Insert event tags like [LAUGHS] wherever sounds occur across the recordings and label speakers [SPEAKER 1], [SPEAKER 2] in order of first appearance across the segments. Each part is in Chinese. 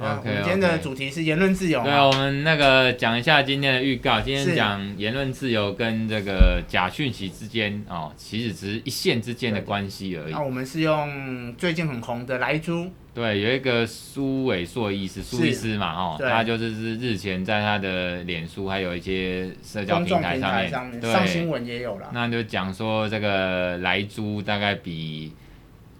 [SPEAKER 1] 那我
[SPEAKER 2] OK，
[SPEAKER 1] 们今天的
[SPEAKER 2] OK
[SPEAKER 1] 主题是言论自由
[SPEAKER 2] 对，
[SPEAKER 1] 嘛？
[SPEAKER 2] 我们那个讲一下今天的预告。今天
[SPEAKER 1] 是
[SPEAKER 2] 讲言论自由跟这个假讯息之间哦，其实只是一线之间的关系而已
[SPEAKER 1] 那。我们是用最近很红的莱猪，
[SPEAKER 2] 对，有一个苏伟硕医师，苏
[SPEAKER 1] 是
[SPEAKER 2] 医师嘛，哦，
[SPEAKER 1] 对
[SPEAKER 2] 他就是是日前在他的脸书还有一些社交
[SPEAKER 1] 公
[SPEAKER 2] 平
[SPEAKER 1] 众
[SPEAKER 2] 台
[SPEAKER 1] 平
[SPEAKER 2] 上
[SPEAKER 1] 台
[SPEAKER 2] 面，
[SPEAKER 1] 上面上新
[SPEAKER 2] 对，
[SPEAKER 1] 闻也有啦。
[SPEAKER 2] 那就讲说这个莱猪大概比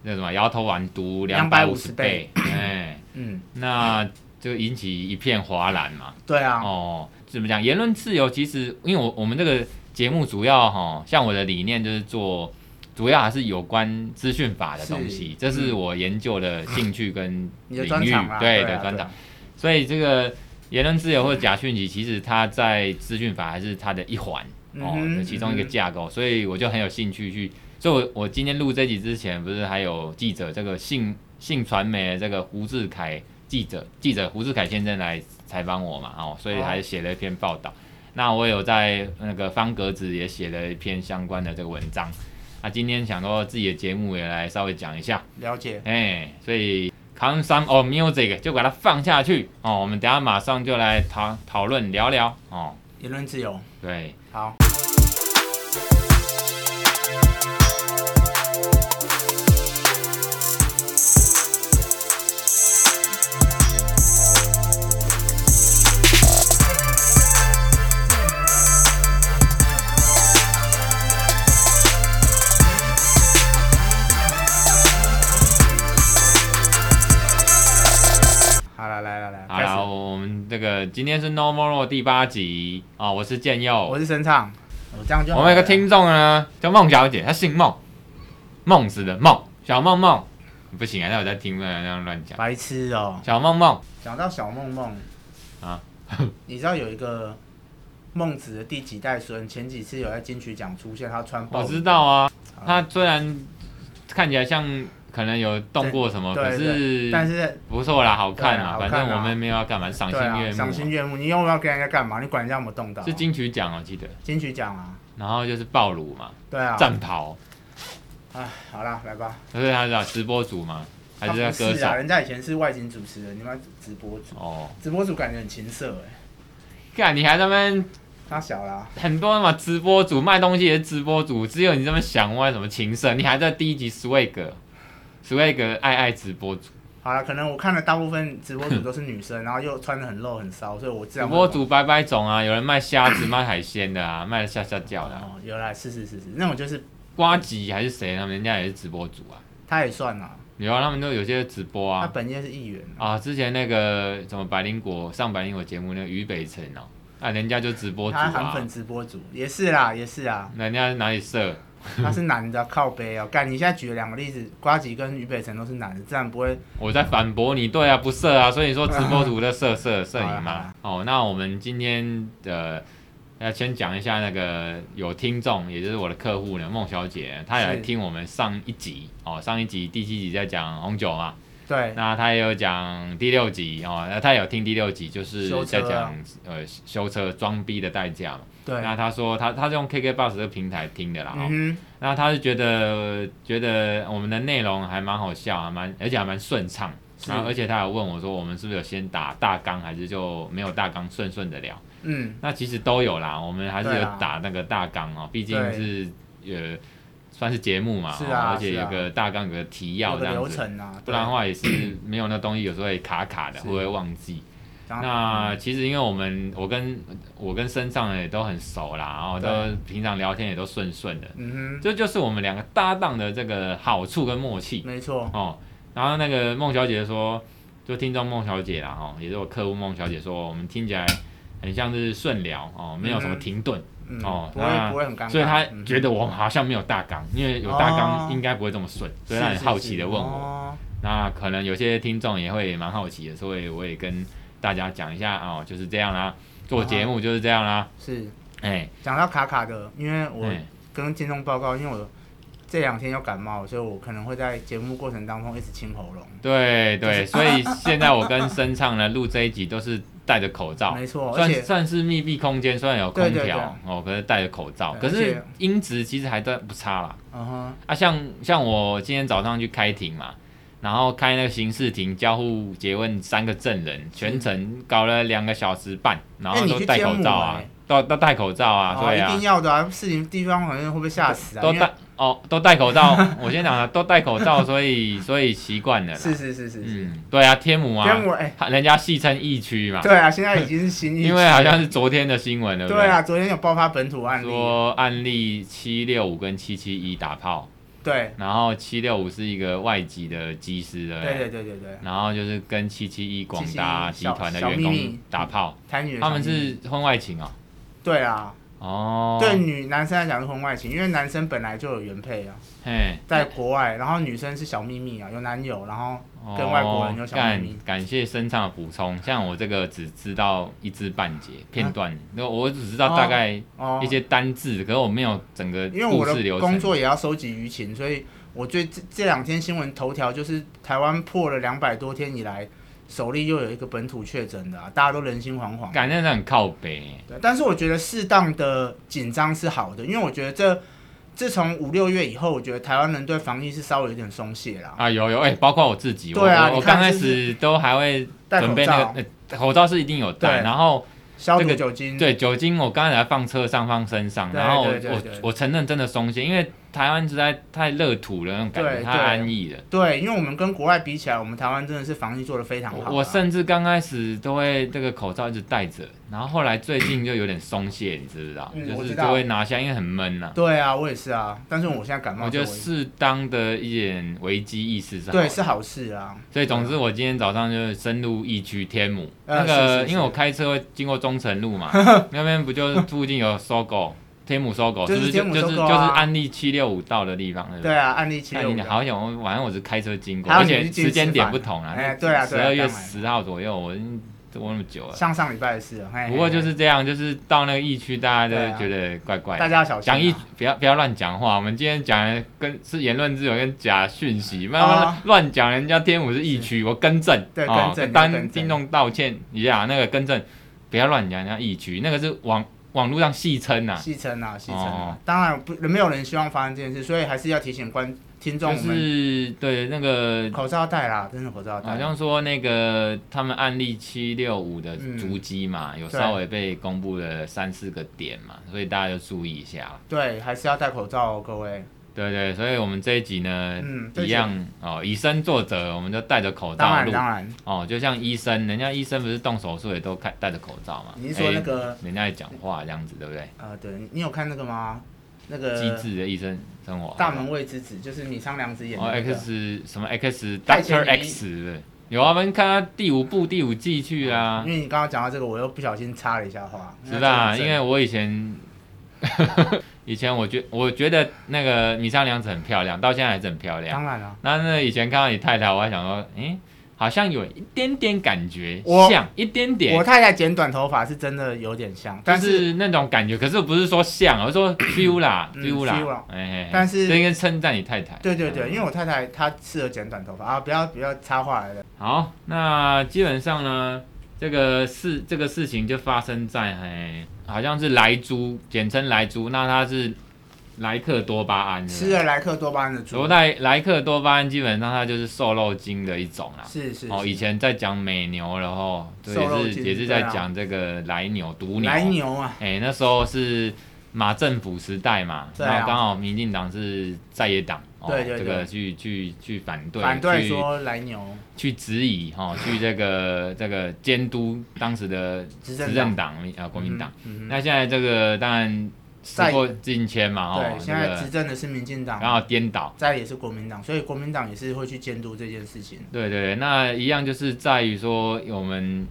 [SPEAKER 2] 那什么摇头丸毒两百五十
[SPEAKER 1] 250
[SPEAKER 2] 倍，哎，
[SPEAKER 1] 嗯，
[SPEAKER 2] 那就引起一片哗然嘛。
[SPEAKER 1] 对啊，
[SPEAKER 2] 哦，怎么讲？言论自由其实，因为我我们这个节目主要哈、像我的理念就是做，主要还是有关资讯法的东西
[SPEAKER 1] 是，
[SPEAKER 2] 这是我研究的兴趣跟
[SPEAKER 1] 你
[SPEAKER 2] 领
[SPEAKER 1] 的
[SPEAKER 2] 域，
[SPEAKER 1] 专场啦，
[SPEAKER 2] 对
[SPEAKER 1] 啊
[SPEAKER 2] 的专。
[SPEAKER 1] 对
[SPEAKER 2] 场
[SPEAKER 1] 啊。
[SPEAKER 2] 所以这个言论自由或者假讯息，其实它在资讯法还是它的一环哦，
[SPEAKER 1] 嗯哼
[SPEAKER 2] 其中一个
[SPEAKER 1] 嗯哼
[SPEAKER 2] 架构。所以我就很有兴趣去，所以我我今天录这集之前，不是还有记者这个信信传媒的这个胡志凯记者记者胡志凯先生来采访我嘛，哦，所以还写了一篇报道。那我有在那个方格子也写了一篇相关的这个文章。那今天想说自己的节目也来稍微讲一下，
[SPEAKER 1] 了解，
[SPEAKER 2] 哎、所以 come some of music 就把它放下去哦。我们等一下马上就来讨讨论聊聊哦。
[SPEAKER 1] 言论自由，
[SPEAKER 2] 对，
[SPEAKER 1] 好，好了，来来来，
[SPEAKER 2] 好
[SPEAKER 1] 开
[SPEAKER 2] 啦，
[SPEAKER 1] 始。
[SPEAKER 2] 我们这个今天是 No More 第八集哦，我是建佑
[SPEAKER 1] 我，是神唱，我这样就好
[SPEAKER 2] 我们有个
[SPEAKER 1] 了
[SPEAKER 2] 听众呢叫孟小姐，她姓孟，孟子的孟，小孟孟，不行啊，那我在听不能那样乱讲，
[SPEAKER 1] 白痴哦、
[SPEAKER 2] 小孟孟，
[SPEAKER 1] 讲到小梦梦
[SPEAKER 2] 啊，
[SPEAKER 1] [LAUGHS] 你知道有一个孟子的第几代孙？前几次有在金曲奖出现，他穿
[SPEAKER 2] 我
[SPEAKER 1] 豹
[SPEAKER 2] 知
[SPEAKER 1] 子，
[SPEAKER 2] 道啊，
[SPEAKER 1] 好
[SPEAKER 2] 她虽然看起来像可能有动过什么，可
[SPEAKER 1] 对
[SPEAKER 2] 是
[SPEAKER 1] 但是
[SPEAKER 2] 不错啦，好看啊，
[SPEAKER 1] 对
[SPEAKER 2] 反
[SPEAKER 1] 啊
[SPEAKER 2] 正我们没有要干嘛，赏心
[SPEAKER 1] 对啊，
[SPEAKER 2] 悦目
[SPEAKER 1] 赏心
[SPEAKER 2] 嘛。
[SPEAKER 1] 悦目，你又要跟人家干嘛？你管人家有没有动到？啊
[SPEAKER 2] 是金曲奖我记得，
[SPEAKER 1] 金曲奖啊，
[SPEAKER 2] 然后就是暴乳嘛，
[SPEAKER 1] 对啊，
[SPEAKER 2] 战袍，
[SPEAKER 1] 哎，好啦，来吧，
[SPEAKER 2] 就是他是直播主嘛，还是
[SPEAKER 1] 他
[SPEAKER 2] 要
[SPEAKER 1] 不
[SPEAKER 2] 歌
[SPEAKER 1] 是
[SPEAKER 2] 手
[SPEAKER 1] 啊，？人家以前是外景主持人，你们直播主，
[SPEAKER 2] 哦，
[SPEAKER 1] 直播主感觉很情色哎、
[SPEAKER 2] 看你还在那边
[SPEAKER 1] 他小啦，
[SPEAKER 2] 很多嘛，直播主卖东西也是直播主，只有你这么想歪什么情色，你还在第一集 swag swag 爱爱直播主，
[SPEAKER 1] 好了，可能我看了大部分直播主都是女
[SPEAKER 2] [LAUGHS]
[SPEAKER 1] 生，然后又穿的很露很骚，所以我自
[SPEAKER 2] 直
[SPEAKER 1] 然会
[SPEAKER 2] 播主白白种啊，有人卖虾子、卖海鲜的啊，卖的下下叫的啊、
[SPEAKER 1] 哦，有啦，是是是是，那种就是
[SPEAKER 2] 瓜吉还是谁他们人家也是直播主啊，
[SPEAKER 1] 他也算啦，
[SPEAKER 2] 有啊，他们都有些直播
[SPEAKER 1] 他
[SPEAKER 2] 啊。
[SPEAKER 1] 本业是议员啊。
[SPEAKER 2] 啊，之前那个什么百灵果上百灵果节目那个于北辰哦，啊，人家就直播主
[SPEAKER 1] 他韩
[SPEAKER 2] 啊，
[SPEAKER 1] 粉直播主也是啦，也是啊，
[SPEAKER 2] 人家哪里色？
[SPEAKER 1] 他是男的靠背哦。干，你现在举了两个例子，瓜吉跟俞北辰都是男的，自然不会。
[SPEAKER 2] 我在反驳你，对啊，不色啊，所以说直播主的色色摄影
[SPEAKER 1] 好
[SPEAKER 2] 嘛
[SPEAKER 1] 啦。
[SPEAKER 2] 哦，那我们今天的呃要先讲一下那个有听众，也就是我的客户呢，孟小姐，她也来
[SPEAKER 1] 是
[SPEAKER 2] 听我们上一集哦，上一集第七集在讲红酒嘛，
[SPEAKER 1] 对，
[SPEAKER 2] 那她也有讲第六集哦，那她有听第六集，就是
[SPEAKER 1] 修车
[SPEAKER 2] 在
[SPEAKER 1] 啊
[SPEAKER 2] 讲、呃修车装逼的代价嘛。
[SPEAKER 1] 对，嗯
[SPEAKER 2] 那她说她她是用 KK Bus 这个平台听的啦、哦，
[SPEAKER 1] 嗯哼，
[SPEAKER 2] 那他是觉得觉得我们的内容还蛮好笑，还蛮而且还蛮顺畅。
[SPEAKER 1] 是
[SPEAKER 2] 然后而且他有问我说，我们是不是有先打大纲，还是就没有大纲顺顺的聊？
[SPEAKER 1] 嗯，
[SPEAKER 2] 那其实都有啦，我们还是
[SPEAKER 1] 对
[SPEAKER 2] 有
[SPEAKER 1] 啊
[SPEAKER 2] 打那个大纲哦，毕竟是呃算是节目嘛，
[SPEAKER 1] 是
[SPEAKER 2] 哦
[SPEAKER 1] 啊
[SPEAKER 2] 而且
[SPEAKER 1] 是
[SPEAKER 2] 有
[SPEAKER 1] 啊
[SPEAKER 2] 个大纲有个提要
[SPEAKER 1] 有
[SPEAKER 2] 这
[SPEAKER 1] 个
[SPEAKER 2] 样
[SPEAKER 1] 流
[SPEAKER 2] 子，
[SPEAKER 1] 程啊，
[SPEAKER 2] 不然的话也是没有那东西，有时候也卡卡
[SPEAKER 1] 是
[SPEAKER 2] 的，
[SPEAKER 1] 啊
[SPEAKER 2] 会不会忘记？
[SPEAKER 1] 对然后
[SPEAKER 2] 那其实因为我们我跟我跟身上也都很熟啦，然后都
[SPEAKER 1] 对
[SPEAKER 2] 平常聊天也都顺顺的，
[SPEAKER 1] 嗯
[SPEAKER 2] 这就是我们两个搭档的这个好处跟默
[SPEAKER 1] 哼，
[SPEAKER 2] 契
[SPEAKER 1] 没错，
[SPEAKER 2] 哦。然后那个孟小姐说，就听众孟小姐啦，哦，也是我客户孟小姐说，我们听起来很像是顺聊哦，没有什么停顿，
[SPEAKER 1] 嗯，
[SPEAKER 2] 哦
[SPEAKER 1] 不会
[SPEAKER 2] 那
[SPEAKER 1] 不会很尴尬，
[SPEAKER 2] 所以她
[SPEAKER 1] 嗯
[SPEAKER 2] 觉得我好像没有大纲，因为有大纲
[SPEAKER 1] 哦
[SPEAKER 2] 应该不会这么顺，所以
[SPEAKER 1] 是
[SPEAKER 2] 她很
[SPEAKER 1] 是
[SPEAKER 2] 好奇
[SPEAKER 1] 是
[SPEAKER 2] 的问我。
[SPEAKER 1] 哦
[SPEAKER 2] 那可能有些听众也会蛮好奇的，所以我也跟大家讲一下哦，就是这样啦，做节目就是这样啦，
[SPEAKER 1] 是
[SPEAKER 2] 哎
[SPEAKER 1] 讲到卡卡的，因为我
[SPEAKER 2] 哎，
[SPEAKER 1] 跟听众报告，因为我这两天要感冒，所以我可能会在节目过程当中一直清喉咙。
[SPEAKER 2] 对对，所以现在我跟声唱呢录这一集都是戴着口罩。
[SPEAKER 1] 没错，而
[SPEAKER 2] 算
[SPEAKER 1] 且
[SPEAKER 2] 算是密闭空间，虽然有空
[SPEAKER 1] 对对对
[SPEAKER 2] 调哦，可是戴着口罩，
[SPEAKER 1] 对
[SPEAKER 2] 可
[SPEAKER 1] 而
[SPEAKER 2] 是
[SPEAKER 1] 且
[SPEAKER 2] 音质其实还都不差啦。
[SPEAKER 1] 嗯哼，
[SPEAKER 2] 啊，像像我今天早上去开庭嘛，然后开那个刑事庭交互诘问三个证人，全程搞了两个小时半，然后
[SPEAKER 1] 哎你
[SPEAKER 2] 都
[SPEAKER 1] 去
[SPEAKER 2] 戴
[SPEAKER 1] 监
[SPEAKER 2] 口
[SPEAKER 1] 狱
[SPEAKER 2] 罩啊
[SPEAKER 1] 欸，
[SPEAKER 2] 都都戴口罩啊，
[SPEAKER 1] 哦，
[SPEAKER 2] 对
[SPEAKER 1] 一
[SPEAKER 2] 啊
[SPEAKER 1] 定，要的啊！事情地方好像会不会吓死啊？
[SPEAKER 2] 都
[SPEAKER 1] 因为
[SPEAKER 2] 戴哦都戴口罩，我先讲了，都戴口罩，所以所以习惯了
[SPEAKER 1] [LAUGHS]
[SPEAKER 2] 啦。
[SPEAKER 1] 是是是是是，
[SPEAKER 2] 嗯，对啊，天母
[SPEAKER 1] 跟
[SPEAKER 2] 啊，
[SPEAKER 1] 我哎，
[SPEAKER 2] [LAUGHS] 人家戏称疫区嘛，
[SPEAKER 1] 对啊，现在已经是新疫区，
[SPEAKER 2] [LAUGHS] 因为好像是昨天的新闻，对不
[SPEAKER 1] 对啊，昨天有爆发本土案例，
[SPEAKER 2] 说案例七六五跟七七一打炮，
[SPEAKER 1] 对
[SPEAKER 2] 然后七六五是一个外籍的机师的，
[SPEAKER 1] 对对对对对，
[SPEAKER 2] 然后就是跟七七一广达集
[SPEAKER 1] 771
[SPEAKER 2] 团的
[SPEAKER 1] 小
[SPEAKER 2] 员
[SPEAKER 1] 小秘
[SPEAKER 2] 工
[SPEAKER 1] 密
[SPEAKER 2] 打炮，
[SPEAKER 1] 台女的
[SPEAKER 2] 他们
[SPEAKER 1] 小秘密
[SPEAKER 2] 是婚外情哦。
[SPEAKER 1] 对啊，
[SPEAKER 2] 哦，
[SPEAKER 1] 对，女男生来讲是婚外情，因为男生本来就有原配啊，
[SPEAKER 2] 嘿，
[SPEAKER 1] 在国外，然后女生是小秘密啊，有男友，然后跟外国人有
[SPEAKER 2] 哦
[SPEAKER 1] 小秘密
[SPEAKER 2] 感，感谢身上的补充，像我这个只知道一知半解片段，那、我只知道大概
[SPEAKER 1] 啊哦
[SPEAKER 2] 一，些单字，可是我没有整个
[SPEAKER 1] 因为我
[SPEAKER 2] 故事
[SPEAKER 1] 的
[SPEAKER 2] 流
[SPEAKER 1] 工
[SPEAKER 2] 程。
[SPEAKER 1] 作也要收集舆情，所以我最这这两天新闻头条就是台湾破了两百多天以来，首例又有一个本土确诊的、啊，大家都人心惶惶。
[SPEAKER 2] 感觉很靠北，
[SPEAKER 1] 对，但是我觉得适当的紧张是好的，因为我觉得这自从五六月以后，我觉得台湾人对防疫是稍微有点松懈啦，
[SPEAKER 2] 啊，有有哎、包括我自己，
[SPEAKER 1] 对啊
[SPEAKER 2] 我我
[SPEAKER 1] 你
[SPEAKER 2] 我
[SPEAKER 1] 看
[SPEAKER 2] 刚开
[SPEAKER 1] 是不是
[SPEAKER 2] 始都还会
[SPEAKER 1] 戴
[SPEAKER 2] 准
[SPEAKER 1] 口
[SPEAKER 2] 备那
[SPEAKER 1] 罩、
[SPEAKER 2] 个、呃口罩是一定有戴，
[SPEAKER 1] 对
[SPEAKER 2] 然后
[SPEAKER 1] 消毒
[SPEAKER 2] 这个
[SPEAKER 1] 酒精，
[SPEAKER 2] 对酒精我刚才放车上放身上，
[SPEAKER 1] 对
[SPEAKER 2] 然后我
[SPEAKER 1] 对对
[SPEAKER 2] 我
[SPEAKER 1] 对
[SPEAKER 2] 我承认真的松懈，因为台湾实在太热土了，那种感觉
[SPEAKER 1] 对
[SPEAKER 2] 太
[SPEAKER 1] 对
[SPEAKER 2] 安逸了。
[SPEAKER 1] 对，因为我们跟国外比起来，我们台湾真的是防疫做得非常好啊、
[SPEAKER 2] 我我甚至刚开始都会这个口罩一直戴着，然后后来最近就有点松懈，你知不知道？
[SPEAKER 1] 嗯
[SPEAKER 2] 就
[SPEAKER 1] 我
[SPEAKER 2] 是
[SPEAKER 1] 知
[SPEAKER 2] 就
[SPEAKER 1] 道
[SPEAKER 2] 会拿下，因为很闷呐、
[SPEAKER 1] 对啊，我也是啊，但是我现在感冒
[SPEAKER 2] 我
[SPEAKER 1] 就
[SPEAKER 2] 觉
[SPEAKER 1] 我
[SPEAKER 2] 得适当的一点危机意识是好的
[SPEAKER 1] 对是好事啊，
[SPEAKER 2] 所以总之，我今天早上就是深入疫区天母，
[SPEAKER 1] 呃
[SPEAKER 2] 那个
[SPEAKER 1] 是是是
[SPEAKER 2] 因为我开车会经过中城
[SPEAKER 1] [LAUGHS]
[SPEAKER 2] 路嘛，那边不就是附近有搜狗，天母搜狗，
[SPEAKER 1] 就是
[SPEAKER 2] 不是就
[SPEAKER 1] 天母
[SPEAKER 2] 就
[SPEAKER 1] 搜
[SPEAKER 2] 是
[SPEAKER 1] 狗
[SPEAKER 2] 就
[SPEAKER 1] 啊
[SPEAKER 2] 是安利七六五到的地方？对不
[SPEAKER 1] 对
[SPEAKER 2] 对。
[SPEAKER 1] 啊，案例七
[SPEAKER 2] 那
[SPEAKER 1] 六
[SPEAKER 2] 你好想我，反正我是开车经过，
[SPEAKER 1] 还有
[SPEAKER 2] 而
[SPEAKER 1] 你是
[SPEAKER 2] 且
[SPEAKER 1] 进
[SPEAKER 2] 时间
[SPEAKER 1] 吃
[SPEAKER 2] 点
[SPEAKER 1] 饭
[SPEAKER 2] 不同啊。
[SPEAKER 1] 哎对啊
[SPEAKER 2] 十
[SPEAKER 1] 对啊
[SPEAKER 2] 二月
[SPEAKER 1] 当然
[SPEAKER 2] 十号左右，我已经我那么久了。
[SPEAKER 1] 像上礼拜的事啊，嘿
[SPEAKER 2] 不过就是这样，就是到那个疫区，大家
[SPEAKER 1] 对
[SPEAKER 2] 都
[SPEAKER 1] 啊
[SPEAKER 2] 觉得怪怪
[SPEAKER 1] 大
[SPEAKER 2] 的。
[SPEAKER 1] 家要小心、啊，
[SPEAKER 2] 讲疫不要不要乱讲话，我们今天讲的跟是言论自由跟假讯息，慢慢
[SPEAKER 1] 啊
[SPEAKER 2] 乱讲人家天母是疫区，我更正，
[SPEAKER 1] 对
[SPEAKER 2] 哦
[SPEAKER 1] 更正要更
[SPEAKER 2] 当
[SPEAKER 1] 正
[SPEAKER 2] 听众道歉一下，那个更正，不要乱讲人家疫区，那个是网网络上戏称呐，
[SPEAKER 1] 戏称啊，戏称
[SPEAKER 2] 哦
[SPEAKER 1] 啊，当然不，没有人希望发生这件事，所以还是要提醒观听众，
[SPEAKER 2] 就
[SPEAKER 1] 我们
[SPEAKER 2] 是对那个
[SPEAKER 1] 口罩要戴啦，真的口罩要戴。
[SPEAKER 2] 好像说那个他们案例七六五的
[SPEAKER 1] 嗯
[SPEAKER 2] 足迹嘛，有稍微被公布了三四个点嘛，所以大家就注意一下。
[SPEAKER 1] 对，还是要戴口罩哦，各位。
[SPEAKER 2] 对对，所以我们这一集呢，
[SPEAKER 1] 嗯这一
[SPEAKER 2] 一
[SPEAKER 1] 集
[SPEAKER 2] 样哦，以身作则，我们就戴着口
[SPEAKER 1] 当
[SPEAKER 2] 罩
[SPEAKER 1] 然，
[SPEAKER 2] 录
[SPEAKER 1] 当然，
[SPEAKER 2] 哦，就像医生，人家医生不是动手术也都戴戴着口罩嘛？
[SPEAKER 1] 你是说那个
[SPEAKER 2] 哎人家也讲话这样子，对不对？
[SPEAKER 1] 呃，对你有看那个吗？那
[SPEAKER 2] 机
[SPEAKER 1] 个
[SPEAKER 2] 智的医生生活，
[SPEAKER 1] 呃大门卫之子，就是米仓凉子演
[SPEAKER 2] 哦
[SPEAKER 1] 的、那个。
[SPEAKER 2] X 什么 X
[SPEAKER 1] 太前
[SPEAKER 2] Doctor
[SPEAKER 1] 迷
[SPEAKER 2] X 是不是有啊，我们看他第五部第五季去啊
[SPEAKER 1] 哦因，为你刚刚讲到这个，我又不小心插了一下话。
[SPEAKER 2] 是吧？
[SPEAKER 1] 哦那这
[SPEAKER 2] 因
[SPEAKER 1] 个
[SPEAKER 2] 为我以前 [LAUGHS] 以前我觉我觉得那个米仓凉子很漂亮，到现在还是很漂亮。
[SPEAKER 1] 当然啊了，
[SPEAKER 2] 那那以前看到你太太，我还想说，诶，好像有一点点感觉，
[SPEAKER 1] 我
[SPEAKER 2] 像一点点。
[SPEAKER 1] 我太太剪短头发是真的有点像，但
[SPEAKER 2] 但
[SPEAKER 1] 是
[SPEAKER 2] 是那种感觉，可是不是说像，而是
[SPEAKER 1] [COUGHS]
[SPEAKER 2] 说 feel 啦
[SPEAKER 1] 嗯
[SPEAKER 2] ，feel
[SPEAKER 1] ，feel
[SPEAKER 2] 啦
[SPEAKER 1] 啦，
[SPEAKER 2] 哎哎，哎
[SPEAKER 1] 但是
[SPEAKER 2] 这应该称赞你太嗯太。
[SPEAKER 1] 对对对，因
[SPEAKER 2] 为
[SPEAKER 1] 为我太太她适合剪短头发啊，不要不要插话来了。
[SPEAKER 2] 好，那基本上呢，这个事这个事情就发生在哎，好像是莱猪，简称莱猪，那它是莱克多巴胺。
[SPEAKER 1] 吃了莱克多巴胺的
[SPEAKER 2] 罗
[SPEAKER 1] 猪，
[SPEAKER 2] 莱莱克多巴胺基本上它就是瘦肉精的一种啦。
[SPEAKER 1] 是是
[SPEAKER 2] 哦，以
[SPEAKER 1] 是，
[SPEAKER 2] 前在讲美牛，然后对
[SPEAKER 1] 瘦肉
[SPEAKER 2] 也是
[SPEAKER 1] 精
[SPEAKER 2] 也是在
[SPEAKER 1] 对啊
[SPEAKER 2] 讲这个莱牛、毒
[SPEAKER 1] 来牛啊，
[SPEAKER 2] 哎、那时候是马政府时代嘛，
[SPEAKER 1] 对啊
[SPEAKER 2] 然后刚好民进党是在野党，哦、
[SPEAKER 1] 对对
[SPEAKER 2] 这
[SPEAKER 1] 对
[SPEAKER 2] 个去去去反对，
[SPEAKER 1] 反对
[SPEAKER 2] 去
[SPEAKER 1] 说来牛
[SPEAKER 2] 去质
[SPEAKER 1] [LAUGHS]
[SPEAKER 2] 疑哈、哦，去这个这个监督当时的
[SPEAKER 1] 执
[SPEAKER 2] 执
[SPEAKER 1] 政
[SPEAKER 2] 政
[SPEAKER 1] 党
[SPEAKER 2] 党啊国民党。，
[SPEAKER 1] 嗯哼嗯哼
[SPEAKER 2] 那现在这个当然时过境迁嘛，哦，
[SPEAKER 1] 对，
[SPEAKER 2] 这
[SPEAKER 1] 现在执
[SPEAKER 2] 个
[SPEAKER 1] 政的是民进
[SPEAKER 2] 刚
[SPEAKER 1] 党，
[SPEAKER 2] 好颠倒。
[SPEAKER 1] 在也是国民党，所以国民党也是会去监督这件事情。
[SPEAKER 2] 对对，对那一样就是在于说我们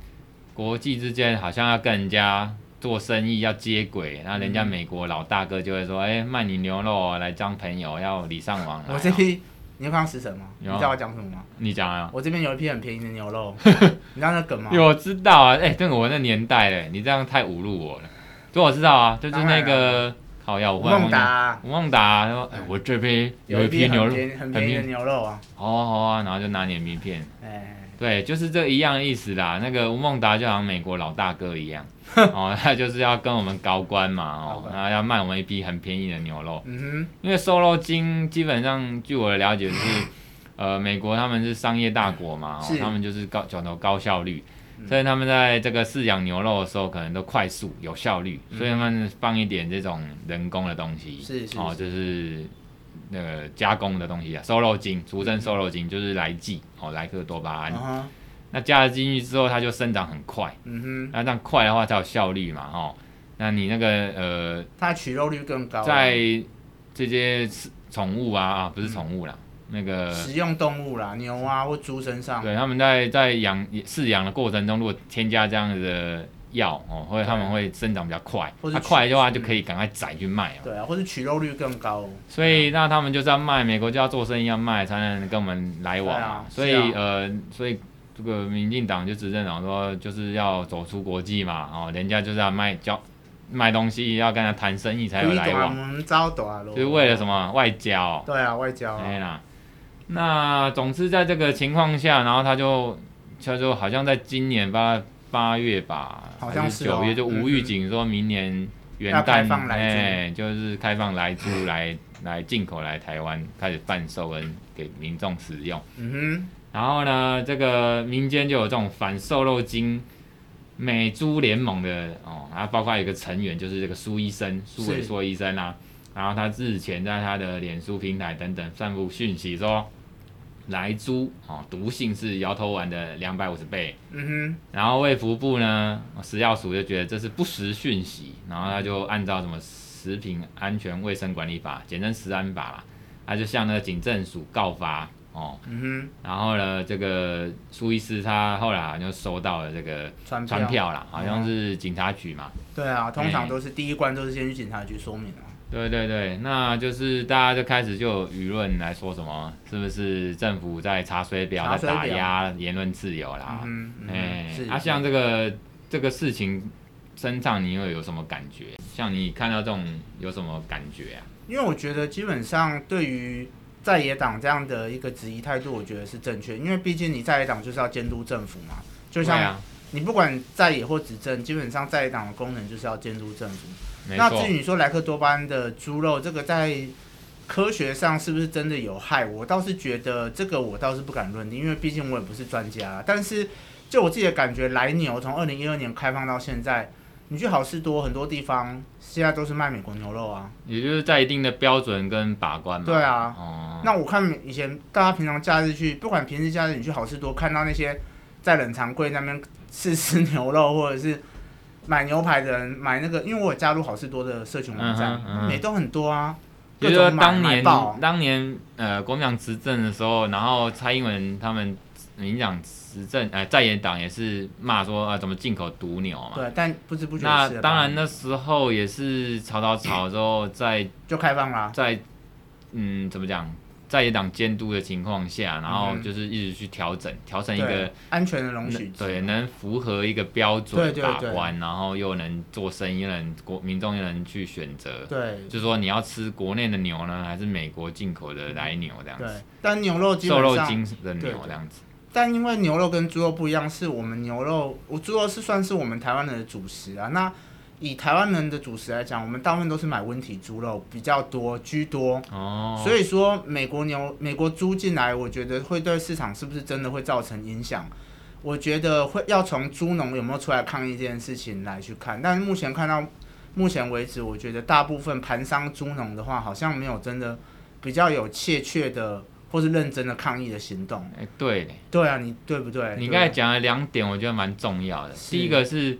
[SPEAKER 2] 国际之间好像要跟人家做生意要接轨，那人家
[SPEAKER 1] 嗯
[SPEAKER 2] 美国老大哥就会说，哎、卖你牛肉啊来当朋友，要礼尚往来、
[SPEAKER 1] 我这批，你有看到食神吗？你
[SPEAKER 2] 哎有啊
[SPEAKER 1] 知道我讲什么吗？
[SPEAKER 2] 你
[SPEAKER 1] [LAUGHS]
[SPEAKER 2] 讲啊，
[SPEAKER 1] 我这边有一批很便宜的牛
[SPEAKER 2] [LAUGHS]
[SPEAKER 1] 肉，你知道那梗吗？
[SPEAKER 2] 因为我知道啊，哎、这个我那年代嘞，你这样太侮辱我了。这我知道啊，就是那个烤鸭，我忽然
[SPEAKER 1] 孟
[SPEAKER 2] 忘记了，
[SPEAKER 1] 达
[SPEAKER 2] 吴孟达他说，哎、我这边有一
[SPEAKER 1] 一
[SPEAKER 2] 批牛
[SPEAKER 1] 很
[SPEAKER 2] 肉，
[SPEAKER 1] 便宜很便宜的牛肉啊，
[SPEAKER 2] 好啊好啊，然后就拿你的名片，
[SPEAKER 1] 哎，
[SPEAKER 2] 对，就是这一样的意思啦。那个吴孟达就好像美国老大
[SPEAKER 1] [LAUGHS]
[SPEAKER 2] 哥一样，哦，他就是要跟我们高官嘛，
[SPEAKER 1] 高
[SPEAKER 2] 哦，
[SPEAKER 1] 官
[SPEAKER 2] 然后要卖我们一批很便宜的牛肉，
[SPEAKER 1] 嗯 [LAUGHS]
[SPEAKER 2] 因为瘦肉精基本上据我的了解是呃，美国他们是商业大国嘛，哦
[SPEAKER 1] 是，
[SPEAKER 2] 他们就是高讲求高效率，
[SPEAKER 1] 嗯
[SPEAKER 2] 所以他们在这个饲养牛肉的时候，可能都快速有效率，所以他们放一点这种人工的东西，
[SPEAKER 1] 嗯是是
[SPEAKER 2] 哦，就是那个加工的东西啊，瘦肉精，俗称瘦肉精就是来剂哦，莱克多巴胺，
[SPEAKER 1] 嗯哼，
[SPEAKER 2] 那加了进去之后，它就生长很快，
[SPEAKER 1] 嗯
[SPEAKER 2] 那这样快的话才有效率嘛，哦，那你那个呃
[SPEAKER 1] 哼，它取肉率更高，啊
[SPEAKER 2] 在这些宠物啊啊，不是宠物啦，那个
[SPEAKER 1] 食用动物啦，牛啊或猪身上，
[SPEAKER 2] 对他们在在养饲养的过程中，如果添加这样的药哦，或者他们会生长比较快，
[SPEAKER 1] 或
[SPEAKER 2] 它、
[SPEAKER 1] 者取
[SPEAKER 2] 快的话就可以赶快宰去卖哦。
[SPEAKER 1] 对啊，或是取肉率更高哦，
[SPEAKER 2] 所以那他们就是要卖，美国就要做生意要卖，才能跟我们来往
[SPEAKER 1] 对
[SPEAKER 2] 嘛
[SPEAKER 1] 啊
[SPEAKER 2] 所以、
[SPEAKER 1] 是啊
[SPEAKER 2] 呃，所以这个民进党就执政党说，就是要走出国际嘛，哦，人家就是要卖交卖东西，要跟他谈生意才有
[SPEAKER 1] 不一
[SPEAKER 2] 来
[SPEAKER 1] 懂啊，我
[SPEAKER 2] 往，
[SPEAKER 1] 们招懂啊，
[SPEAKER 2] 就是为了什么外交哦、
[SPEAKER 1] 对啊，外交啊，
[SPEAKER 2] 哎啦，那总之在这个情况下，然后他就他就好像在今年八八月吧，
[SPEAKER 1] 好像
[SPEAKER 2] 还
[SPEAKER 1] 是
[SPEAKER 2] 是
[SPEAKER 1] 哦
[SPEAKER 2] 九月就
[SPEAKER 1] 嗯
[SPEAKER 2] 无预警说明年元
[SPEAKER 1] 要
[SPEAKER 2] 旦
[SPEAKER 1] 开放莱猪
[SPEAKER 2] 哎，就是开放来猪来来进口来台湾开始贩售跟给民众使用。
[SPEAKER 1] 嗯
[SPEAKER 2] 然后呢，这个民间就有这种反瘦肉精。美猪联盟的哦，然后包括有一个成员就是这个苏医生，苏伟
[SPEAKER 1] 是
[SPEAKER 2] 硕医生啊，然后他日前在他的脸书平台等等散布讯息说，莱猪哦毒性是摇头丸的两百五十倍，
[SPEAKER 1] 哼，嗯
[SPEAKER 2] 然后卫福部呢食药署就觉得这是不实讯息，然后他就按照什么食品安全卫生管理法，简称食安法啦，他就向那个警政署告发哦
[SPEAKER 1] 哼，，嗯
[SPEAKER 2] 然后呢这个苏医师他后来好像就收到了这个
[SPEAKER 1] 哼，传
[SPEAKER 2] 传票啦，好像是警察局嘛。
[SPEAKER 1] 对啊，通常
[SPEAKER 2] 哎
[SPEAKER 1] 都是第一关都是先去警察局说明啊，
[SPEAKER 2] 对对对，那就是大家就开始就有舆论来说什么，是不是政府在查水表，
[SPEAKER 1] 查水
[SPEAKER 2] 在打
[SPEAKER 1] 表
[SPEAKER 2] 压言论自由啦？
[SPEAKER 1] 嗯哼，嗯
[SPEAKER 2] 哎
[SPEAKER 1] 哼，是，
[SPEAKER 2] 啊，像这个这个事情身上，你又有什么感觉？像你看到这种有什么感觉啊？
[SPEAKER 1] 因为我觉得基本上对于在野党这样的一个质疑态度，我觉得是正确，因为毕竟你在野党就是要监督政府嘛，就
[SPEAKER 2] 对
[SPEAKER 1] 像
[SPEAKER 2] 啊，
[SPEAKER 1] 你不管在野或执政，基本上在野党的功能就是要监督政府。
[SPEAKER 2] 没
[SPEAKER 1] 那
[SPEAKER 2] 错
[SPEAKER 1] 至，于你说莱克多巴胺的猪肉，这个在科学上是不是真的有害，我倒是觉得这个我倒是不敢论定，因为毕竟我也不是专家。但是就我自己的感觉，来牛从二零一二年开放到现在，你去好事多很多地方现在都是卖美国牛肉啊。
[SPEAKER 2] 也就是在一定的标准跟把关嘛。
[SPEAKER 1] 对啊，
[SPEAKER 2] 哦，
[SPEAKER 1] 那我看以前大家平常假日去，不管平时假日你去好事多看到那些在冷藏柜那边试吃牛肉或者是买牛排的人，买那个，因为我有加入好事多的社群网站
[SPEAKER 2] 嗯哼，嗯哼
[SPEAKER 1] 也都很多啊。
[SPEAKER 2] 就
[SPEAKER 1] 各
[SPEAKER 2] 是
[SPEAKER 1] 种
[SPEAKER 2] 说
[SPEAKER 1] 买
[SPEAKER 2] 当
[SPEAKER 1] 买
[SPEAKER 2] 年
[SPEAKER 1] 爆，
[SPEAKER 2] 当年呃，国民党执政的时候，然后蔡英文他们呃民党执政，呃，在野党也是骂说啊、怎么进口毒牛嘛。
[SPEAKER 1] 对，但不知不觉
[SPEAKER 2] 那
[SPEAKER 1] 吃了吧
[SPEAKER 2] 当然那时候也是吵吵吵之后，在
[SPEAKER 1] 就开放啦、
[SPEAKER 2] 在嗯怎么讲，在野党监督的情况下，然后
[SPEAKER 1] 嗯
[SPEAKER 2] 就是一直去调整，调整一个
[SPEAKER 1] 对，安全的容许
[SPEAKER 2] 能
[SPEAKER 1] 值，
[SPEAKER 2] 对能符合一个标
[SPEAKER 1] 对
[SPEAKER 2] 准
[SPEAKER 1] 对
[SPEAKER 2] 把
[SPEAKER 1] 对
[SPEAKER 2] 关，然后又能做生意，又能国民众又能去选择，
[SPEAKER 1] 对
[SPEAKER 2] 就是说你要吃国内的牛呢，还是美国进口的来牛这样
[SPEAKER 1] 对
[SPEAKER 2] 子，，
[SPEAKER 1] 但牛肉啊基
[SPEAKER 2] 瘦
[SPEAKER 1] 本
[SPEAKER 2] 肉
[SPEAKER 1] 上，
[SPEAKER 2] 精的
[SPEAKER 1] 对
[SPEAKER 2] 牛
[SPEAKER 1] 对
[SPEAKER 2] 这样子，
[SPEAKER 1] 但因为牛肉跟猪肉不一样，是我们牛肉，我猪肉是算是我们台湾人的主食啊。那以台湾人的主食来讲，我们大部分都是买温体猪肉比较多，居多。
[SPEAKER 2] 哦，
[SPEAKER 1] 所以说，美国牛、美国猪进来，我觉得会对市场是不是真的会造成影响？我觉得会要从猪农有没有出来抗议这件事情来去看。但是目前看到目前为止，我觉得大部分盘商猪农的话，好像没有真的比较有切切的或是认真的抗议的行动。
[SPEAKER 2] 哎对嘞。
[SPEAKER 1] 对啊，你对不对？
[SPEAKER 2] 你
[SPEAKER 1] 对
[SPEAKER 2] 刚才讲了两点，我觉得蛮重要的。
[SPEAKER 1] 是
[SPEAKER 2] 第一个是，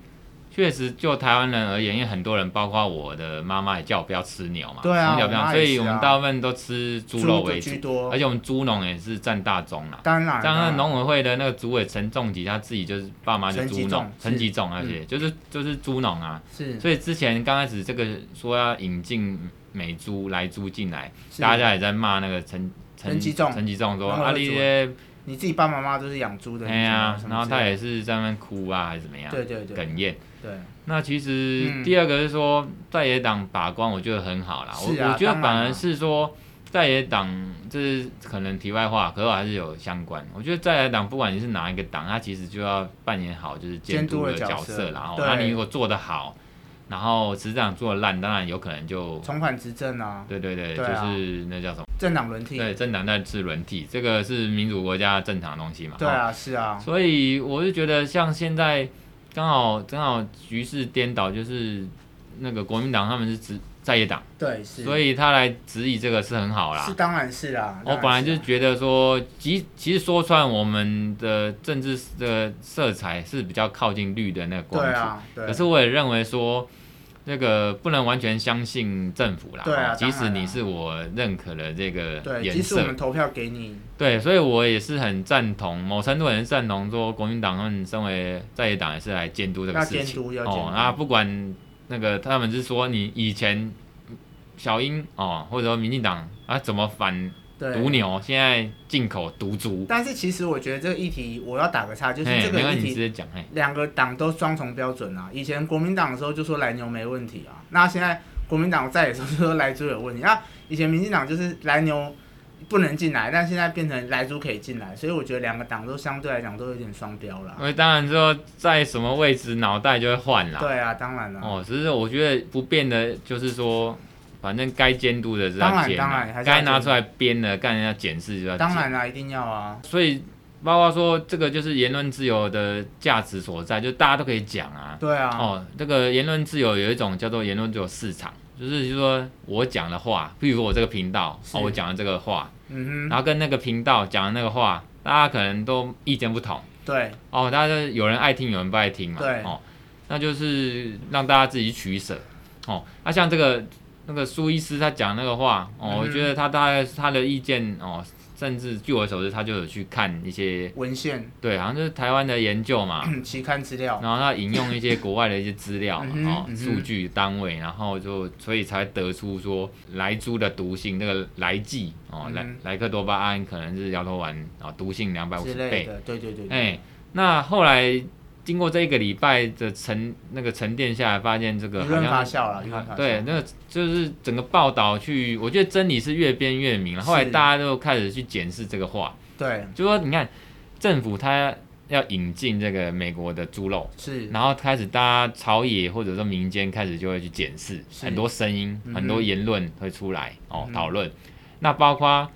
[SPEAKER 2] 确实就台湾人而言，因为很多人，包括我的妈妈也叫我不要吃牛嘛，
[SPEAKER 1] 对啊
[SPEAKER 2] 从小不
[SPEAKER 1] 我
[SPEAKER 2] 要，
[SPEAKER 1] 妈
[SPEAKER 2] 所
[SPEAKER 1] 也是啊
[SPEAKER 2] 以我们大部分都吃猪肉为
[SPEAKER 1] 居
[SPEAKER 2] 主，
[SPEAKER 1] 多，
[SPEAKER 2] 而且我们猪农也是占大宗啦。
[SPEAKER 1] 当然
[SPEAKER 2] 像
[SPEAKER 1] 啦
[SPEAKER 2] 那农委会的那个主委陈仲吉，他自己就是爸妈就
[SPEAKER 1] 陈吉
[SPEAKER 2] 猪农
[SPEAKER 1] 仲，
[SPEAKER 2] 陈
[SPEAKER 1] 是
[SPEAKER 2] 吉仲，而且就是就是猪农啊。
[SPEAKER 1] 是
[SPEAKER 2] 所以之前刚开始这个说要引进美猪来猪进来，
[SPEAKER 1] 是
[SPEAKER 2] 大家也在骂那个陈
[SPEAKER 1] 陈吉仲
[SPEAKER 2] 陈吉仲说
[SPEAKER 1] 农委
[SPEAKER 2] 啊
[SPEAKER 1] 会
[SPEAKER 2] 你
[SPEAKER 1] 主委
[SPEAKER 2] 这
[SPEAKER 1] 你自己爸爸妈妈都是养猪的，
[SPEAKER 2] 哎呀
[SPEAKER 1] 你，怎么
[SPEAKER 2] 然后他
[SPEAKER 1] 什么
[SPEAKER 2] 也是在那边哭啊，还是怎么样，
[SPEAKER 1] 之类的对对对
[SPEAKER 2] 哽咽。
[SPEAKER 1] 对，
[SPEAKER 2] 那其实
[SPEAKER 1] 嗯
[SPEAKER 2] 第二个是说，在野党把关，我觉得很好啦。我
[SPEAKER 1] 是啊
[SPEAKER 2] 我觉得
[SPEAKER 1] 当然啊
[SPEAKER 2] 反而是说，在野党这是可能题外话，可是还是有相关。我觉得在野党不管你是哪一个党，他其实就要扮演好就是监
[SPEAKER 1] 监督
[SPEAKER 2] 督
[SPEAKER 1] 的
[SPEAKER 2] 的
[SPEAKER 1] 角
[SPEAKER 2] 角
[SPEAKER 1] 色
[SPEAKER 2] 色啦。哦
[SPEAKER 1] 对
[SPEAKER 2] 那你如果做得好，然后执政党做得烂，当然有可能就
[SPEAKER 1] 重返执政啊，
[SPEAKER 2] 对对对，
[SPEAKER 1] 对啊
[SPEAKER 2] 就是那叫什么？
[SPEAKER 1] 政党轮替，
[SPEAKER 2] 对，政党在是轮替，这个是民主国家正常的东西嘛。
[SPEAKER 1] 对
[SPEAKER 2] 哦
[SPEAKER 1] 啊，是啊，
[SPEAKER 2] 所以我就觉得，像现在刚好刚好局势颠倒，就是那个国民党他们是执在野党，
[SPEAKER 1] 对是，
[SPEAKER 2] 所以他来质疑这个是很好
[SPEAKER 1] 是
[SPEAKER 2] 啦。
[SPEAKER 1] 当然是啦。
[SPEAKER 2] 我本来就
[SPEAKER 1] 当然是啊
[SPEAKER 2] 觉得说，其其实说穿我们的政治的色彩是比较靠近绿的那个光谱，
[SPEAKER 1] 对啊，对，
[SPEAKER 2] 可是我也认为说，那个不能完全相信政府啦。
[SPEAKER 1] 对啊
[SPEAKER 2] 哦即
[SPEAKER 1] 当
[SPEAKER 2] 使
[SPEAKER 1] 然啊
[SPEAKER 2] 你是我认可的这个
[SPEAKER 1] 对，
[SPEAKER 2] 颜
[SPEAKER 1] 即使我
[SPEAKER 2] 色
[SPEAKER 1] 们，投票给你，
[SPEAKER 2] 对，所以我也是很赞同，某程度也是赞同说，国民党他们身为在野党也是来监督这个
[SPEAKER 1] 要
[SPEAKER 2] 事
[SPEAKER 1] 监
[SPEAKER 2] 情。
[SPEAKER 1] 督要监督
[SPEAKER 2] 哦，那不管那个他们是说你以前小英哦，或者说民进党啊怎么反毒
[SPEAKER 1] 对。
[SPEAKER 2] 牛，现在进口毒猪，
[SPEAKER 1] 但是其实我觉得这个议题，我要打个岔，就是
[SPEAKER 2] 嘿
[SPEAKER 1] 这
[SPEAKER 2] 没
[SPEAKER 1] 个
[SPEAKER 2] 关
[SPEAKER 1] 议
[SPEAKER 2] 系，你
[SPEAKER 1] 题，
[SPEAKER 2] 直接讲，嘿，
[SPEAKER 1] 两个党都双重标准啊。以前国民党的时候就说来牛没问题啊，那现在国民党在野的时候就说来猪有问题。那以前民进党就是来牛不能进来，但现在变成来猪可以进来，所以我觉得两个党都相对来讲都有点双标啦
[SPEAKER 2] 因。为当然说在什么位置脑袋就会换啦。
[SPEAKER 1] 对啊，当然了、
[SPEAKER 2] 哦，只是我觉得不变的，就是说，反正该监督的是
[SPEAKER 1] 当
[SPEAKER 2] 要
[SPEAKER 1] 然
[SPEAKER 2] 监
[SPEAKER 1] 当
[SPEAKER 2] 啊
[SPEAKER 1] 然还，是要
[SPEAKER 2] 该拿
[SPEAKER 1] 监
[SPEAKER 2] 出来编的，干人家检视就要
[SPEAKER 1] 当
[SPEAKER 2] 检。
[SPEAKER 1] 然啦、一定要啊。
[SPEAKER 2] 所以包括说这个就是言论自由的价值所在，就大家都可以讲啊。
[SPEAKER 1] 对啊，
[SPEAKER 2] 哦，这个言论自由有一种叫做言论自由市场，就是说我讲的话，譬如我这个频道，
[SPEAKER 1] 是
[SPEAKER 2] 哦，我讲的这个话，
[SPEAKER 1] 嗯
[SPEAKER 2] 然
[SPEAKER 1] 哼，
[SPEAKER 2] 后跟那个频道讲的那个话，大家可能都意见不同。
[SPEAKER 1] 对
[SPEAKER 2] 哦，大家就有人爱听，有人不爱听嘛。
[SPEAKER 1] 对
[SPEAKER 2] 哦，那就是让大家自己取舍。哦，那、像这个那个苏医师他讲那个话，哦，
[SPEAKER 1] 嗯哼
[SPEAKER 2] 我觉得他大概他的意见哦，甚至据我所知，他就有去看一些
[SPEAKER 1] 文献、嗯
[SPEAKER 2] 对，好像就是台湾的研究嘛，
[SPEAKER 1] 期刊资料，
[SPEAKER 2] 然后他引用一些国外的一些资料嘛
[SPEAKER 1] 嗯哼
[SPEAKER 2] 哦，
[SPEAKER 1] 嗯哼
[SPEAKER 2] 数据单位，然后就所以才得出说莱猪的毒性，那个莱剂哦，
[SPEAKER 1] 嗯
[SPEAKER 2] 莱
[SPEAKER 1] 哼
[SPEAKER 2] 莱克多巴胺可能是摇头丸哦，毒性两百五
[SPEAKER 1] 之
[SPEAKER 2] 十
[SPEAKER 1] 类
[SPEAKER 2] 倍。
[SPEAKER 1] 的，对对对对，
[SPEAKER 2] 哎、那后来经过这一个礼拜的沉那个沉淀下来，发现这个
[SPEAKER 1] 舆
[SPEAKER 2] 好
[SPEAKER 1] 论发
[SPEAKER 2] 像
[SPEAKER 1] 酵了，舆论发酵，
[SPEAKER 2] 啊对，那个就是整个报道去，我觉得真理是越辩越明了。后来
[SPEAKER 1] 是
[SPEAKER 2] 大家就开始去检视这个话，
[SPEAKER 1] 对
[SPEAKER 2] 就说你看政府它要引进这个美国的猪肉，
[SPEAKER 1] 是，
[SPEAKER 2] 然后开始大家朝野或者说民间开始就会去检视，
[SPEAKER 1] 是
[SPEAKER 2] 很多声音、
[SPEAKER 1] 嗯哼
[SPEAKER 2] 很多言论会出来哦
[SPEAKER 1] 嗯
[SPEAKER 2] 讨论。那包括